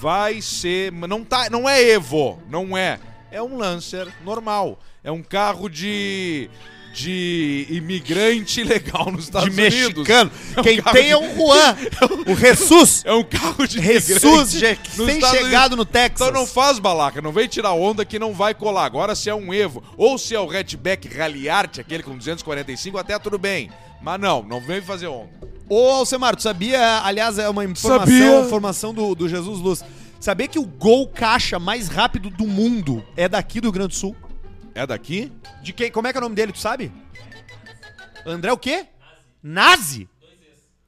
Vai ser, mas não tá, não é Evo, não é. É um Lancer normal. É um carro de de imigrante (laughs) legal nos Estados Unidos. Quem cara tem de- é um Juan. o Jesus. (laughs) É um carro de Jesus, imigrante je- nos sem Estados chegado no Texas. então não faz balaca, não vem tirar onda que não vai colar. Agora se é um Evo ou se é o Redback Ralliart, aquele com 245, até tudo bem. Mas não, não vem fazer onda. Ô, Alcemar, tu sabia, aliás, é uma informação, Sabia. informação do, do Jesus Luz. Sabia que o gol caixa mais rápido do mundo é daqui do Rio Grande do Sul? É daqui? De quem? Como é que é o nome dele, tu sabe? André o quê? Nazi?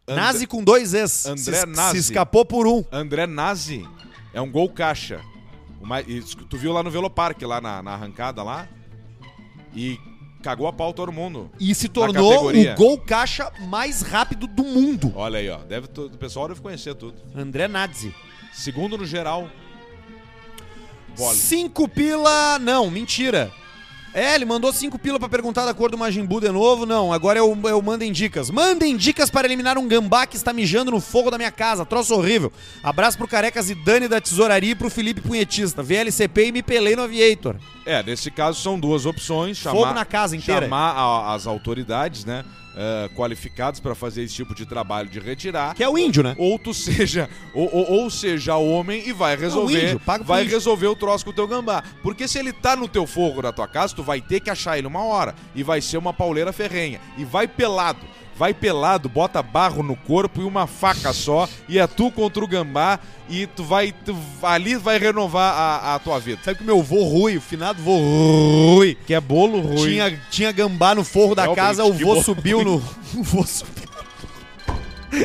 André- Nazi com dois Es. André se, Nazi. Se escapou por um. André Nazi é um gol caixa. O mai- isso que tu viu lá no Velopark, lá na, na arrancada lá. E cagou a pau todo mundo. E se Na tornou categoria. o gol caixa mais rápido do mundo. Olha aí, ó. Deve, to- o pessoal deve conhecer tudo. André Nazi. Segundo no geral. Bola. Cinco pila. Não, mentira. É, ele mandou cinco pila pra perguntar da cor do Majin Buu de novo. Não, agora eu, eu mandem dicas. Mandem dicas para eliminar um gambá que está mijando no fogo da minha casa. Troço horrível. Abraço pro Carecas e Dani da Tesouraria e pro Felipe Punhetista. VLCP e me pelei no Aviator. É, nesse caso são duas opções. Chamar, Fogo na casa inteira. Chamar a- as autoridades, né? eh, qualificadas para fazer esse tipo de trabalho de retirar. Que é o índio, né? Ou tu (laughs) seja, ou, ou, ou seja homem e vai resolver. É índio, paga pro vai índio. resolver o troço com o teu gambá. Porque se ele tá no teu fogo da tua casa, tu vai ter que achar ele uma hora. E vai ser uma pauleira ferrenha. E vai pelado. Vai pelado, bota barro no corpo e uma faca só. E é tu contra o gambá. E tu vai. tu- ali vai renovar a, a tua vida. Sabe É que o meu vô Rui, o finado vô Rui, Que é bolo ruim. tinha, tinha gambá no forro da Realmente, casa, É, o que vô bom. subiu no. (laughs) O vô subiu.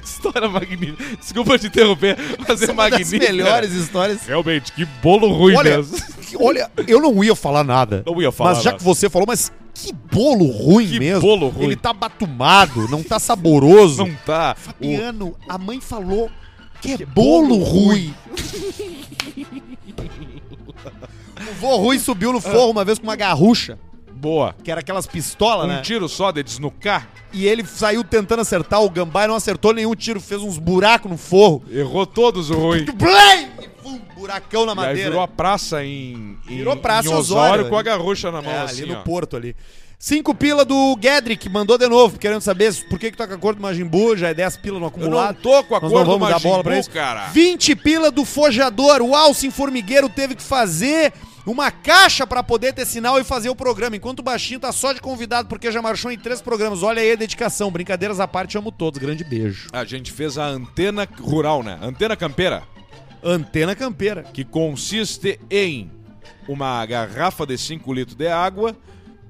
História magnífica. Desculpa te interromper, mas é Uma das magnífica. melhores histórias. Realmente, que bolo ruim Olha, mesmo. olha, eu não ia falar nada. Não ia falar Mas já nada. que você falou, mas que bolo ruim Que mesmo. bolo ruim. Ele tá batumado, não tá saboroso. Não tá. O... Piano, a mãe falou que é bolo ruim. o vô Rui subiu no forro uma vez com uma garrucha. Boa. que era aquelas pistolas, né? Um tiro só de desnucar, E ele saiu tentando acertar o gambá e não acertou nenhum tiro, fez uns buracos no forro. errou todos o ruim. Blém! E pum, buracão na E aí madeira. virou a praça em, em, Virou praça em Osório Osório, com a ali. garrucha na mão, É, assim, ali no ó. Porto ali. Cinco pila do Gedrick, mandou de novo, querendo saber se- por que, que tá com a cor do Majin Buu, já é 10 pila no Eu não acumulado. tô com a Nós cor não do vamos dar Majin bola pra Buu, isso. cara. 20 pila do Fojador, o Alcim Formigueiro teve que fazer uma caixa pra poder ter sinal e fazer o programa, enquanto o Baixinho tá só de convidado porque já marchou em três programas. Olha aí a dedicação, brincadeiras à parte, amo todos, grande beijo. A gente fez a antena rural, né? Antena campeira, Antena Campeira. que consiste em uma garrafa de 5 litros de água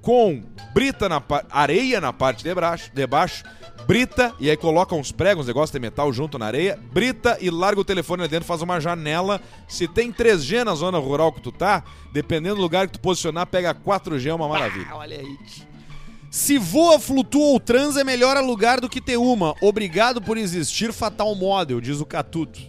com brita na pa- areia na parte de baixo, de baixo, brita e aí coloca uns pregos, uns negócio de metal junto na areia, brita e larga o telefone lá dentro, faz uma janela. Se tem 3G na zona rural que tu tá, dependendo do lugar que tu posicionar, pega 4G, é uma maravilha. olha aí. Se voa, flutua ou transa, é melhor alugar do que ter uma. Obrigado por existir, Fatal Model, diz o Catuto.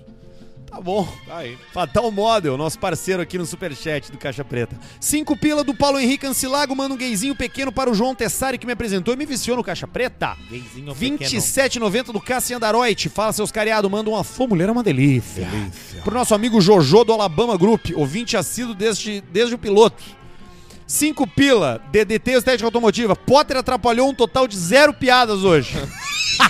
Tá bom. (laughs) Tá aí. Fatal Model, nosso parceiro aqui no Superchat do Caixa Preta. Cinco pila do Paulo Henrique Ancilago, manda um gayzinho pequeno para o João Tessari que me apresentou e me viciou no Caixa Preta. Gayzinho 27,90 do Cassian Daroit. Fala, seus cariados, manda uma fã. Mulher é uma delícia. Pro nosso amigo Jojo do Alabama Group, ouvinte assíduo desde, desde o piloto. 5 pila, DDT e estética automotiva. Potter atrapalhou um total de zero piadas hoje.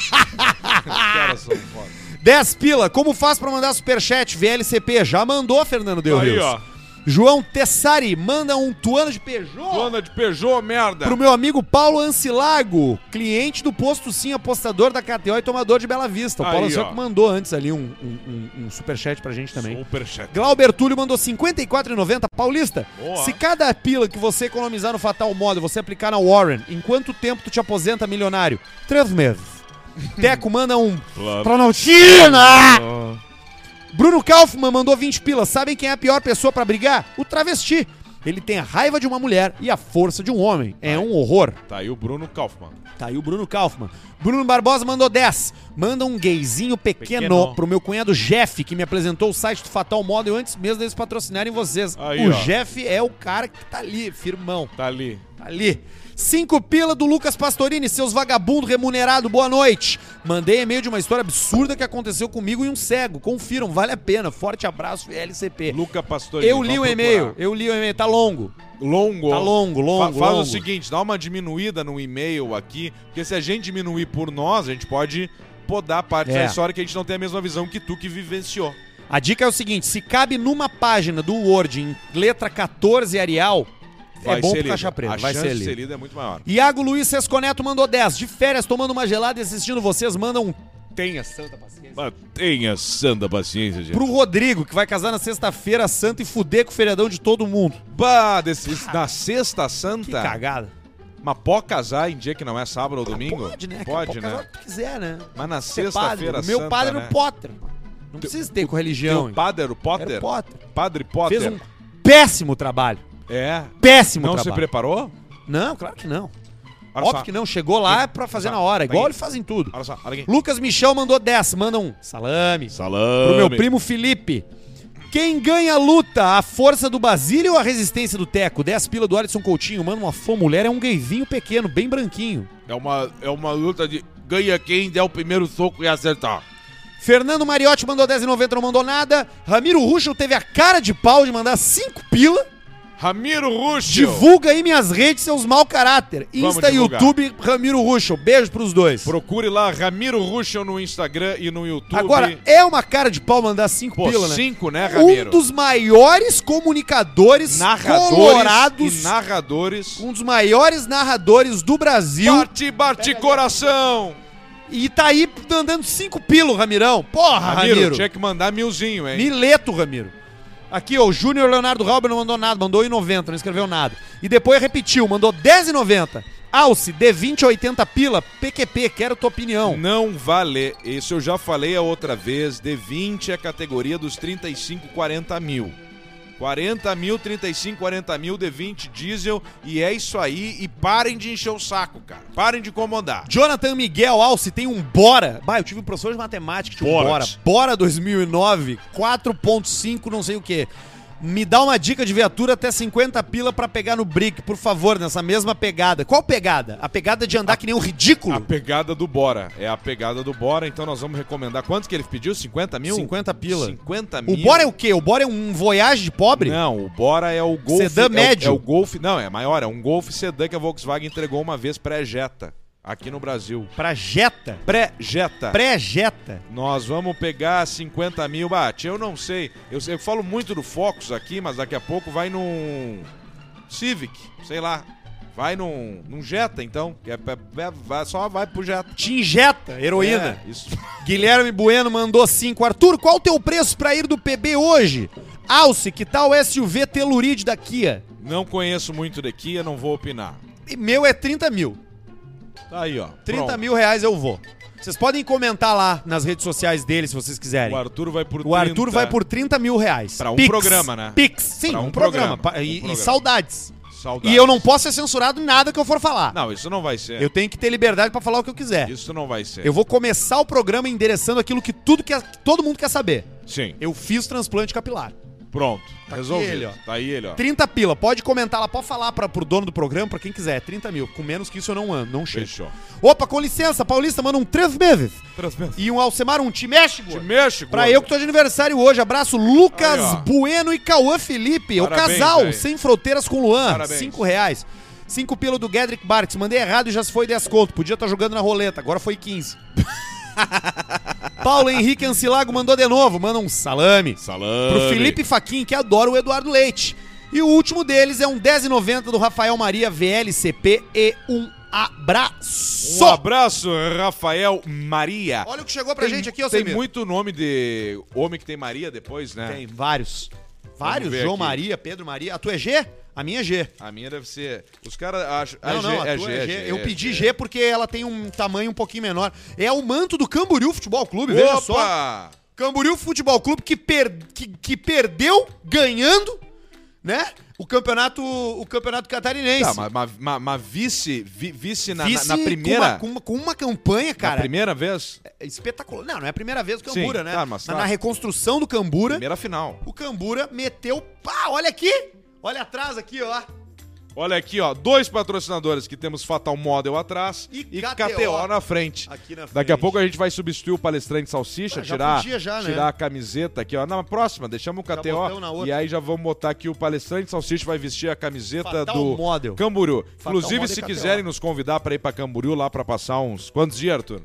(laughs) Caras são foda. 10 pila, como faz pra mandar superchat? VLCP, já mandou, Fernando Del Aí, Rios. ó. João Tessari, manda um tuano de Peugeot. Dona de Peugeot, merda. Pro meu amigo Paulo Ancilago, cliente do Posto Sim, apostador da KTO e tomador de Bela Vista. O Aí, Paulo ó. Ancilago mandou antes ali um, um, um, um superchat pra gente também. Superchat. Glauber Túlio mandou 54,90. Paulista, Boa. se cada pila que você economizar no Fatal Modo você aplicar na Warren, em quanto tempo tu te aposenta milionário? Três (laughs) meses. Teco manda um... Pronaltina! Bruno Kaufmann mandou 20 pilas. Sabem quem é a pior pessoa pra brigar? O travesti. Ele tem a raiva de uma mulher e a força de um homem. É um horror. Tá aí o Bruno Kaufmann. Tá aí o Bruno Kaufmann. Bruno Barbosa mandou 10. Manda um gayzinho pequeno, Pequeno. pro meu cunhado Jeff, que me apresentou o site do Fatal Model antes mesmo deles patrocinarem vocês. Aí, o ó. Jeff é o cara que tá ali, firmão. Tá ali. Tá ali. Cinco pila do Lucas Pastorini, seus vagabundo remunerado, boa noite. Mandei e-mail de uma história absurda que aconteceu comigo e um cego. Confiram, vale a pena. Forte abraço, LCP. Luca Pastorini. É. Eu li o vamos e-mail, procurar. eu li o e-mail, tá longo. Longo. Tá longo, longo, Fa- faz longo. o seguinte, dá uma diminuída no e-mail aqui, porque se a gente diminuir por nós, a gente pode podar parte É. da história que a gente não tem a mesma visão que tu que vivenciou. A dica é o seguinte: se cabe numa página do Word em letra 14 Arial, é bom pro lido. caixa preta, A vai chance ser de ser lido. lida é muito maior. Iago Luiz Sesconeto mandou 10. De férias, tomando uma gelada e assistindo vocês, manda um tenha santa paciência. Tenha santa paciência, gente. Pro Rodrigo, que vai casar na sexta-feira santa e fuder com o feriadão de todo mundo. Bah, desse, na sexta Que santa, cagada. mas pode casar em dia que não é sábado ou domingo? Pode, né? Pode, Pode casar né? o que quiser, né? Mas na Ser padre. sexta-feira O santa, Meu padre né? era o Potter. Não precisa ter com religião. Teu hein? padre era o Era Potter? o Potter. Padre Potter. Fez um péssimo trabalho. É. Péssimo Não se trabalho. preparou? Não, claro que não. Olha Óbvio só. que não, chegou lá é pra fazer na hora, igual eles fazem tudo. Olha só, olha aqui. Lucas Michel mandou 10, manda um salame. Salame. Pro meu primo Felipe. Quem ganha a luta? A força do Basílio ou a resistência do Teco? 10 pila do Alisson Coutinho. Mano, uma fã mulher é um gayzinho pequeno, bem branquinho. É uma, é uma luta de ganha quem der o primeiro soco e acertar. Fernando Mariotti mandou 10,90, não mandou nada. Ramiro Ruschel teve a cara de pau de mandar 5 pila. Ramiro Ruschel. Divulga aí minhas redes, seus mau caráter. Vamos Insta, divulgar. YouTube, Ramiro Ruschel. Beijo pros dois. Procure lá Ramiro Ruschel no Instagram e no YouTube. Agora, é uma cara de pau mandar 5 Pô, pila, né? cinco, né, um Ramiro? dos maiores comunicadores narradores colorados, e narradores. um dos maiores narradores do Brasil. Bate, bate coração. E tá aí andando cinco pilo, Ramirão. Porra, Ramiro, Ramiro. tinha que mandar milzinho, hein? Mileto, Ramiro. Aqui, ó, o Júnior Leonardo Rauber não mandou nada, mandou 1,90, não escreveu nada. E depois repetiu, mandou 10,90. Alce, D20, 80 pila, PQP, quero tua opinião. Não vale. Isso eu já falei a outra vez. D20 é a categoria dos 35, 40 mil. 40 mil, 35, 40 mil, D20 diesel. E é isso aí. E parem de encher o saco, cara. Parem de incomodar. Jonathan Miguel Alce tem um Bora. Bah, eu tive um professor de matemática que tinha um Bora. Borat. Bora 2009, 4.5 não sei o quê. Me dá uma dica de viatura até 50 pila pra pegar no brick, por favor, nessa mesma pegada. Qual pegada? A pegada de andar que nem um A ridículo? pegada do Bora. É a pegada do Bora, então nós vamos recomendar. Quanto que ele pediu? 50 mil? 50 pila. 50 mil. O Bora é o quê? O Bora é um voyage de pobre? Não, o Bora é o Golf. Sedã é o- médio. É o Golf. Não, é maior. É um Golf sedã que a Volkswagen entregou uma vez pré-jeta. Aqui no Brasil. Pra Jetta. Pré-jeta. Pré-Jetta. Nós vamos pegar 50 mil. Bate, eu não sei. Eu, eu falo muito do Focus aqui, mas daqui a pouco vai num Civic, sei lá. Vai num, num Jetta, então. que é- é- é- vai- só vai pro Jetta. Te injeta, heroína. É, isso. Guilherme Bueno mandou 5. Arthur, qual o teu preço pra ir do PB hoje? Alce, que tal SUV Telluride da Kia? Não conheço muito de Kia, não vou opinar. E Meu é 30 mil. Tá aí, ó. 30 Pronto. mil reais eu vou. Vocês podem comentar lá nas redes sociais dele se vocês quiserem. O Arthur vai por O Arthur 30. vai por 30 mil reais. Pra um Pix. programa, né? Pix, sim, Pra um, um programa. programa, Pa- um e, e programa. saudades. Saudades. E eu não posso ser censurado em nada que eu for falar. Não, isso não vai ser. Eu tenho que ter liberdade pra falar o que eu quiser. Isso não vai ser. É. Eu vou começar o programa endereçando aquilo que tudo que que todo mundo quer saber. Sim. Eu fiz transplante capilar. Pronto. Resolvido. ele, ó. Tá aí ele, ó. 30 pila, pode comentar lá, pode falar pra, pro dono do programa, pra quem quiser. 30 mil. Com menos que isso eu não ando, não chego. Fechou. Opa, com licença, Paulista, manda um três meses. Transmissão. E um Alcemar, um te mexe, Te gordo. mexe, Pra gordo. eu que tô de aniversário hoje, abraço Lucas Aí, ó. Bueno e Cauã Felipe, o Parabéns, casal velho. sem fronteiras com Luan, Parabéns. cinco reais. Cinco pila do Gedrick Bartz, mandei errado e já se foi 10 conto, podia estar jogando na roleta, agora foi (laughs) 15. Paulo Henrique Ancilago mandou de novo, manda um salame. Salame. Pro Felipe Faquin, que adora o Eduardo Leite. E o último deles é um 10,90 do Rafael Maria VLCP e um abraço. Um abraço, Rafael Maria. Olha o que chegou pra Tem- gente aqui, Tem Alcemir. muito nome de homem que tem Maria depois, né? Tem vários. Vários, ver João aqui. Maria, Pedro Maria. A tua é G? A minha é G. A minha deve ser. Os caras acham. Não, é não, G, a é tua G, é G. Eu é pedi G. G porque ela tem um tamanho um pouquinho menor. É o manto do Camboriú Futebol Clube, veja só. Opa! Tá, Camboriú Futebol Clube que, per- que, que perdeu ganhando, né? O campeonato, o campeonato catarinense. Tá, mas, mas- mas- mas vice, vi- vice, na, na- Vice na com primeira. uma- Com uma, com uma campanha, na cara, primeira vez? é espetacular. Não, não é a primeira vez que o Cambura, Sim, né? tá, mas tá. Na reconstrução do Cambura, Primeira final. o Cambura meteu. Pá, olha aqui! Olha atrás aqui, ó. Olha aqui, ó. Dois patrocinadores que temos Fatal Model atrás E e, KTO KTO, na frente. Aqui na frente. Daqui a pouco a gente vai substituir o palestrante salsicha, Ah, já tirar, podia já, né? tirar a camiseta aqui, ó. Na próxima, deixamos o botamos na KTO outra. e aí já vamos botar aqui o palestrante salsicha vai vestir a camiseta Fatal do Model. Camboriú. Inclusive, Model se KTO. quiserem nos convidar pra ir pra Camboriú lá pra passar uns quantos dias, Arthur?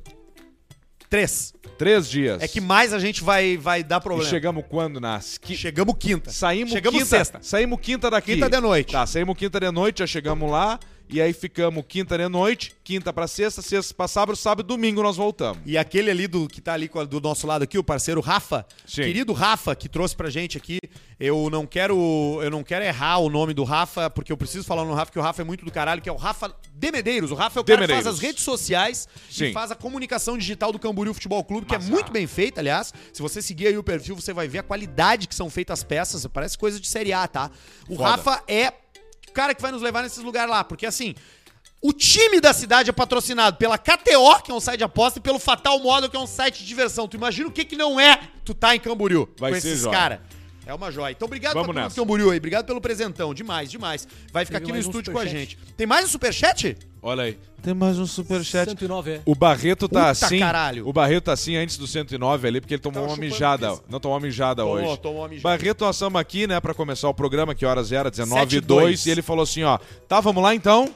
Três. Três dias. É que mais a gente vai, vai dar e problema. chegamos quando nas qui- Chegamos quinta. Saímos Chegamos quinta, sexta. Saímos quinta daqui. Quinta de noite. Tá, saímos quinta de noite, já chegamos lá. E aí ficamos quinta de noite, quinta pra sexta, sexta pra sábado, sábado e domingo nós voltamos. E aquele ali do que tá ali com a- do nosso lado aqui, o parceiro Rafa, Sim. querido Rafa, que trouxe pra gente aqui. Eu não quero eu não quero errar o nome do Rafa, porque eu preciso falar no Rafa, que o Rafa é muito do caralho, que é o Rafa Demedeiros. O Rafa é o cara que faz Demedeiros. as redes sociais e Sim. faz a comunicação digital do Camboriú Futebol Clube, que é muito bem feita, aliás. Se você seguir aí o perfil, você vai ver a qualidade que são feitas as peças. Parece coisa de Série A, tá? O Foda. Rafa é o cara que vai nos levar nesses lugares lá, porque assim... O time da cidade é patrocinado pela KTO, que é um site de aposta, e pelo Fatal Model, que é um site de diversão. Tu imagina o que que não é tu tá em Camboriú Vai com ser esses joia. caras. É uma joia. Então, obrigado Vamos pra turma do nessa. Camboriú aí. Obrigado pelo presentão. Demais, demais. Vai ficar Teve aqui no mais um estúdio com a superchat. gente. Tem mais um superchat? Olha aí. Tem mais um superchat. 109 é. O Barreto tá Puta assim. caralho. O Barreto tá assim antes do 109 ali, porque ele tomou Tava uma chupando mijada. pizza. Não tomou uma mijada Tomou, hoje. tomou uma mijada. Barreto, nós estamos aqui, né, pra começar o programa, que horas era? 19 Sete e e 2. dois. E ele falou assim, ó, tá, vamos (laughs) lá então?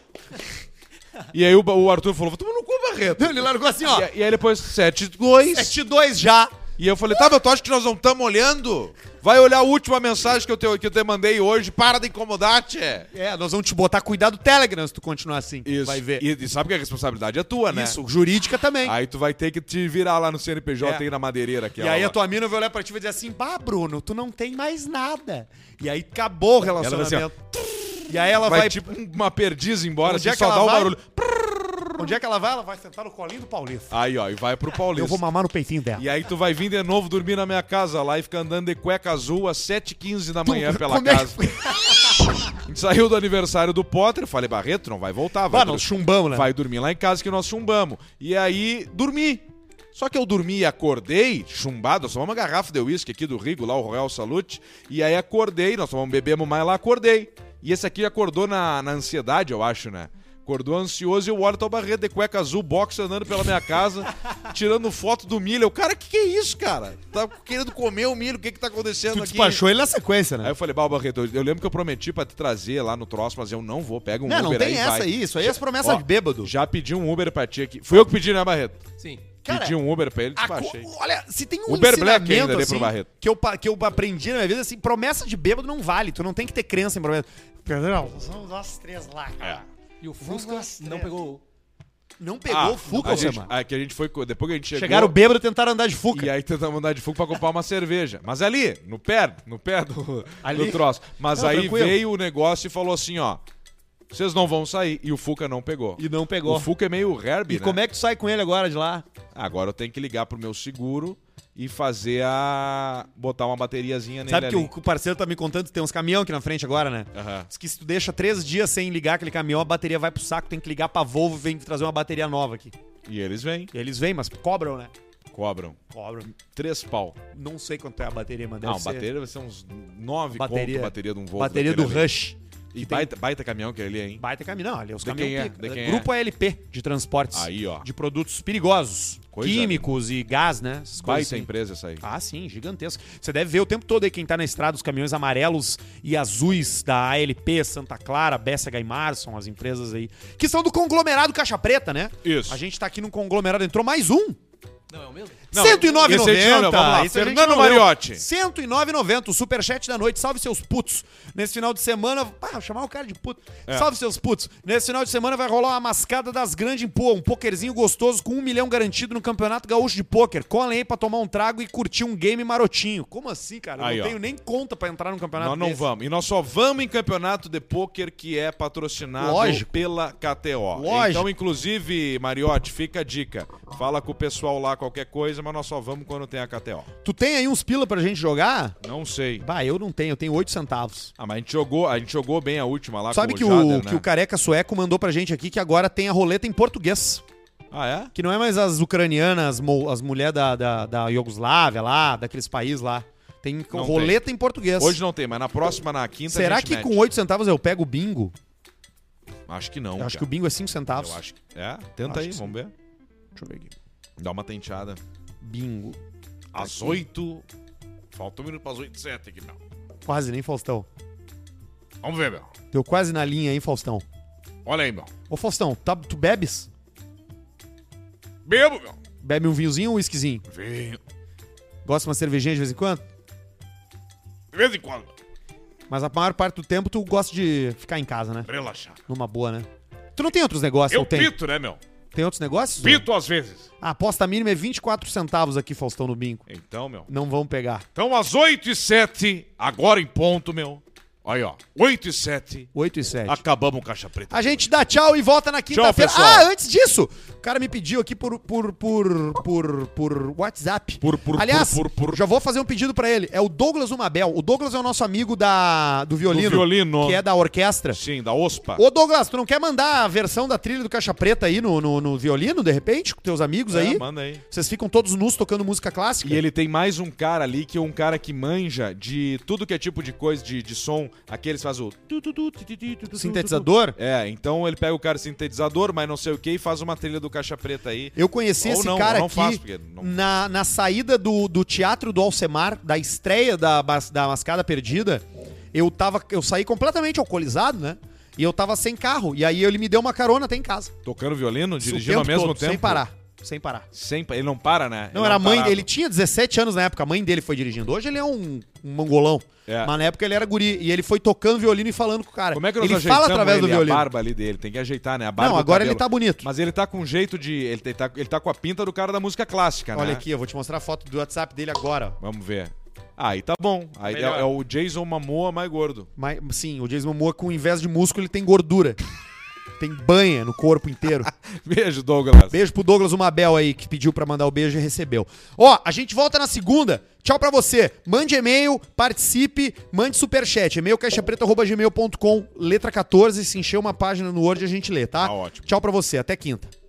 e aí o, Ba- o Arthur falou, toma no cu, Barreto. Ele largou assim, ó. E, aí- e aí depois 7 e 2. 7-2 já. E eu falei, tá, mas tu acha que nós não estamos olhando? Vai olhar a última mensagem que eu te, que eu te mandei hoje, para de incomodar, tchê. É, nós vamos te botar cuidado do Telegram se tu continuar assim. Isso. Vai ver. E, e sabe que a responsabilidade é tua, né? Isso, jurídica também. Aí tu vai ter que te virar lá no CNPJ É. aí na madeireira. e aí a tua mina vai olhar pra ti e vai dizer assim, bah, Bruno, tu não tem mais nada. E aí acabou o vai assim, ó. relacionamento. e aí ela vai, vai... tipo uma perdiz embora, Onde assim, é que só ela dá o vai? barulho. Onde é que ela vai? Ela vai sentar no colinho do Paulista. Aí, ó, e vai pro Paulista. Eu vou mamar no peitinho dela. E aí tu vai vir de novo dormir na minha casa lá e fica andando de cueca azul às 7h15 da manhã pela como é que casa. A gente saiu do aniversário do Potter, falei, Barreto, não vai voltar, vai, Bah, dur- nós chumbamos, né? vai dormir lá em casa que nós chumbamos. E aí, dormi. Só que eu dormi e acordei, chumbado, nós tomamos uma garrafa de uísque aqui do Rigo, lá o Royal Salute, e aí acordei, nós tomamos, bebemos mais lá, acordei. E esse aqui acordou na, na ansiedade, eu acho, né? Acordou ansioso e o Warton Barreto de cueca azul, boxe, andando pela minha (laughs) casa, tirando foto do milho. Eu, cara, o que, que é isso, cara? Tá querendo comer o milho, o que que tá acontecendo Tu aqui? despachou ele na sequência, Aí né? eu falei, Bal Barreto, eu- eu lembro que eu prometi pra te trazer lá no troço, mas eu não vou, pega um Não, Uber não tem aí, essa vai. aí. Isso aí é as promessas Ó, de bêbado. Já pedi um Uber pra ti aqui. Fui eu que pedi, né, Barreto? Sim. Cara, pedi um Uber pra ele, A co- despachei. Olha, se tem um Uber Black ensinamento, ainda dei pro assim, Barreto. Que, eu, pa- que eu aprendi na minha vida, assim, promessa de bêbado não vale. Tu não tem que ter crença em promessa. Pedrão, vamos nós três lá, É. cara. E o Fusca Nossa, não pegou. Não pegou o Fuca, Ah, a ô, gente, Semar? a, que a gente foi, co- depois que a gente chegou... Chegaram bêbado e tentaram andar de Fuca. E aí tentamos andar de fogo pra comprar uma cerveja. Mas ali, no pé, no pé do, Ali? do troço. Mas Não, aí tranquilo. veio o negócio e falou assim, ó... Vocês não vão sair. E o Fuca não pegou. E não pegou. O Fuca é meio Herbie, E né? como é que tu sai com ele agora de lá? Agora eu tenho que ligar pro meu seguro e fazer a... Botar uma bateriazinha nele Sabe que ali. o- que o parceiro tá me contando que tem uns caminhão aqui na frente agora, né? Aham. Diz que se tu deixa três dias sem ligar aquele caminhão, a bateria vai pro saco, tem que ligar pra Volvo, vem trazer uma bateria nova aqui. E eles vêm, E eles vêm, mas cobram, né? cobram. Cobram. Três pau. Não sei quanto é a bateria, mas deve Não, ser. bateria vai ser uns nove Bateria- conto bateria de um Volvo. bateria do daquele ali. Rush. E baita, baita caminhão que ele é, hein? Baita caminhão. Não, ali é os De caminhões quem é? pica. De quem é? Grupo ALP de transportes. Aí, ó. De produtos perigosos. Coisa químicos e gás, né? Essas coisas Baita assim. empresa essa aí. Ah, sim, gigantesco. Você deve ver o tempo todo aí quem tá na estrada, os caminhões amarelos e azuis da ALP, Santa Clara, Bessega e Marson, as empresas aí. Que são do conglomerado Caixa Preta, né? Isso. A gente tá aqui num conglomerado, entrou mais um. Não, é o mesmo? Não, 109,90. esse a gente não leu, vamos lá. Esse a gente Fernando não leu. Mariotti. 109,90. O superchat da noite. Salve seus putos. Nesse final de semana. Pá, vou chamar o cara de puto. É. Salve seus putos. Nesse final de semana vai rolar uma mascada das grandes em Poa. Um pokerzinho gostoso com um milhão garantido no Campeonato Gaúcho de Pôquer. Colhem aí pra tomar um trago e curtir um game marotinho. Como assim, cara? Eu Aí, não ó. tenho nem conta pra entrar num campeonato. Nós não desse. vamos. E nós só vamos em campeonato de pôquer que é patrocinado Lógico. pela KTO. Lógico. Então, inclusive, Mariotti, fica a dica. Fala com o pessoal lá qualquer coisa, mas nós só vamos quando tem a KTO. Tu tem aí uns pila pra gente jogar? Não sei. Bah, eu não tenho. Eu tenho 8 centavos. Ah, mas a gente jogou, a gente jogou bem a última lá Sabe com que, o Jader, o, né? que o careca sueco mandou pra gente aqui que agora tem a roleta em português. Ah, é? Que não é mais as ucranianas, mo- as mulheres da, da, da Iugoslávia lá, daqueles países lá. Tem co- Não roleta em português. Hoje não tem, mas na próxima, na quinta, a Será gente que mete. com 8 centavos eu pego o bingo? Acho que não, Eu acho que cara. o bingo é 5 centavos. Eu acho que... É, tenta Acho aí, que sim. vamos ver. Tá Deixa eu ver aqui. Dá uma tenteada. Bingo. Às oito... Falta um minuto para as oito e sete aqui, meu. Quase, nem Faustão. Vamos ver, meu. Deu quase na linha, hein, Faustão? Olha aí, meu. Ô, Faustão, tá- tu bebes? Bebo, meu. Bebe um vinhozinho ou um whiskyzinho? Vinho. Gosta de uma cervejinha de vez em quando? De vez em quando, meu. Mas a maior parte do tempo tu gosta de ficar em casa, né? relaxar. Numa boa, né? Tu não tem outros negócios? Eu ou tem? pito, né, meu? Tem outros negócios? Pito às vezes. A aposta mínima é 24 centavos aqui, Faustão, no bingo. Então, meu. Não vão pegar. Então, às oito e sete, agora em ponto, meu. Aí, ó. Oito e sete, 8 e 7. acabamos o Caixa Preta. A gente dá tchau e volta na quinta-feira. pessoal. Ah, antes disso, o cara me pediu aqui por por por por, por WhatsApp. Por- por- Aliás, por- por- por- já vou fazer um pedido pra ele. É o Douglas Umabel. O Douglas é o nosso amigo da do violino, Do violino. que é da orquestra. Sim, da OSPA. Ô Douglas, tu não quer mandar a versão da trilha do Caixa Preta aí no, no, no violino, de repente, com teus amigos aí? É, manda aí. Vocês ficam todos nus tocando música clássica? E ele tem mais um cara ali que é um cara que manja de tudo que é tipo de coisa, de, de som. Aqueles faz o. tu, tu, tu, ti, ti, ti, tu, tu, Sintetizador? tu. É, então ele pega o cara sintetizador, mas não sei o que, e faz uma trilha do Caixa Preta aí. Eu conheci Ou esse não, cara ou não aqui faço, porque não- na, na saída do, do teatro do Alcemar, da estreia da, Bas- da Mascada Perdida. Eu, tava, eu saí completamente alcoolizado, né? E eu tava sem carro. E aí ele me deu uma carona até em casa. Tocando violino, Isso o dirigindo ao tempo mesmo todo, tempo. Sem parar. Sem parar. Sem pa- Ele não para, né? Não, Ele era a mãe parava. dele. Ele tinha 17 anos na época. A mãe dele foi dirigindo. Hoje ele é um, um mongolão. É. Mas na época ele era guri. E ele foi tocando violino e falando com o cara. Como é que nós ele ajeitamos fala através do ele, violino. A barba ali dele, tem que ajeitar, né? A barba Não, e o agora ele cabelo. tá bonito. Mas ele tá com um jeito de. Ele tem- tá, ele tá com a pinta do cara da música clássica, né? Olha aqui, eu vou te mostrar a foto do WhatsApp dele agora. Vamos ver. Aí tá bom. Aí é, Melhor. é o Jason Mamoa mais gordo. (laughs) Mas, sim, o Jason Momoa, com invés de músculo, ele tem gordura. tem banha no corpo inteiro. Beijo, Douglas. Beijo pro Douglas Umabel aí, que pediu pra mandar o beijo e recebeu. Ó, a gente volta na segunda. Tchau pra você. Mande e-mail, participe, mande superchat. E-mail caixapreta.gmail.com, letra 14. Se encher uma página no Word, a gente lê, tá? Tá ótimo. Tchau pra você. Até quinta.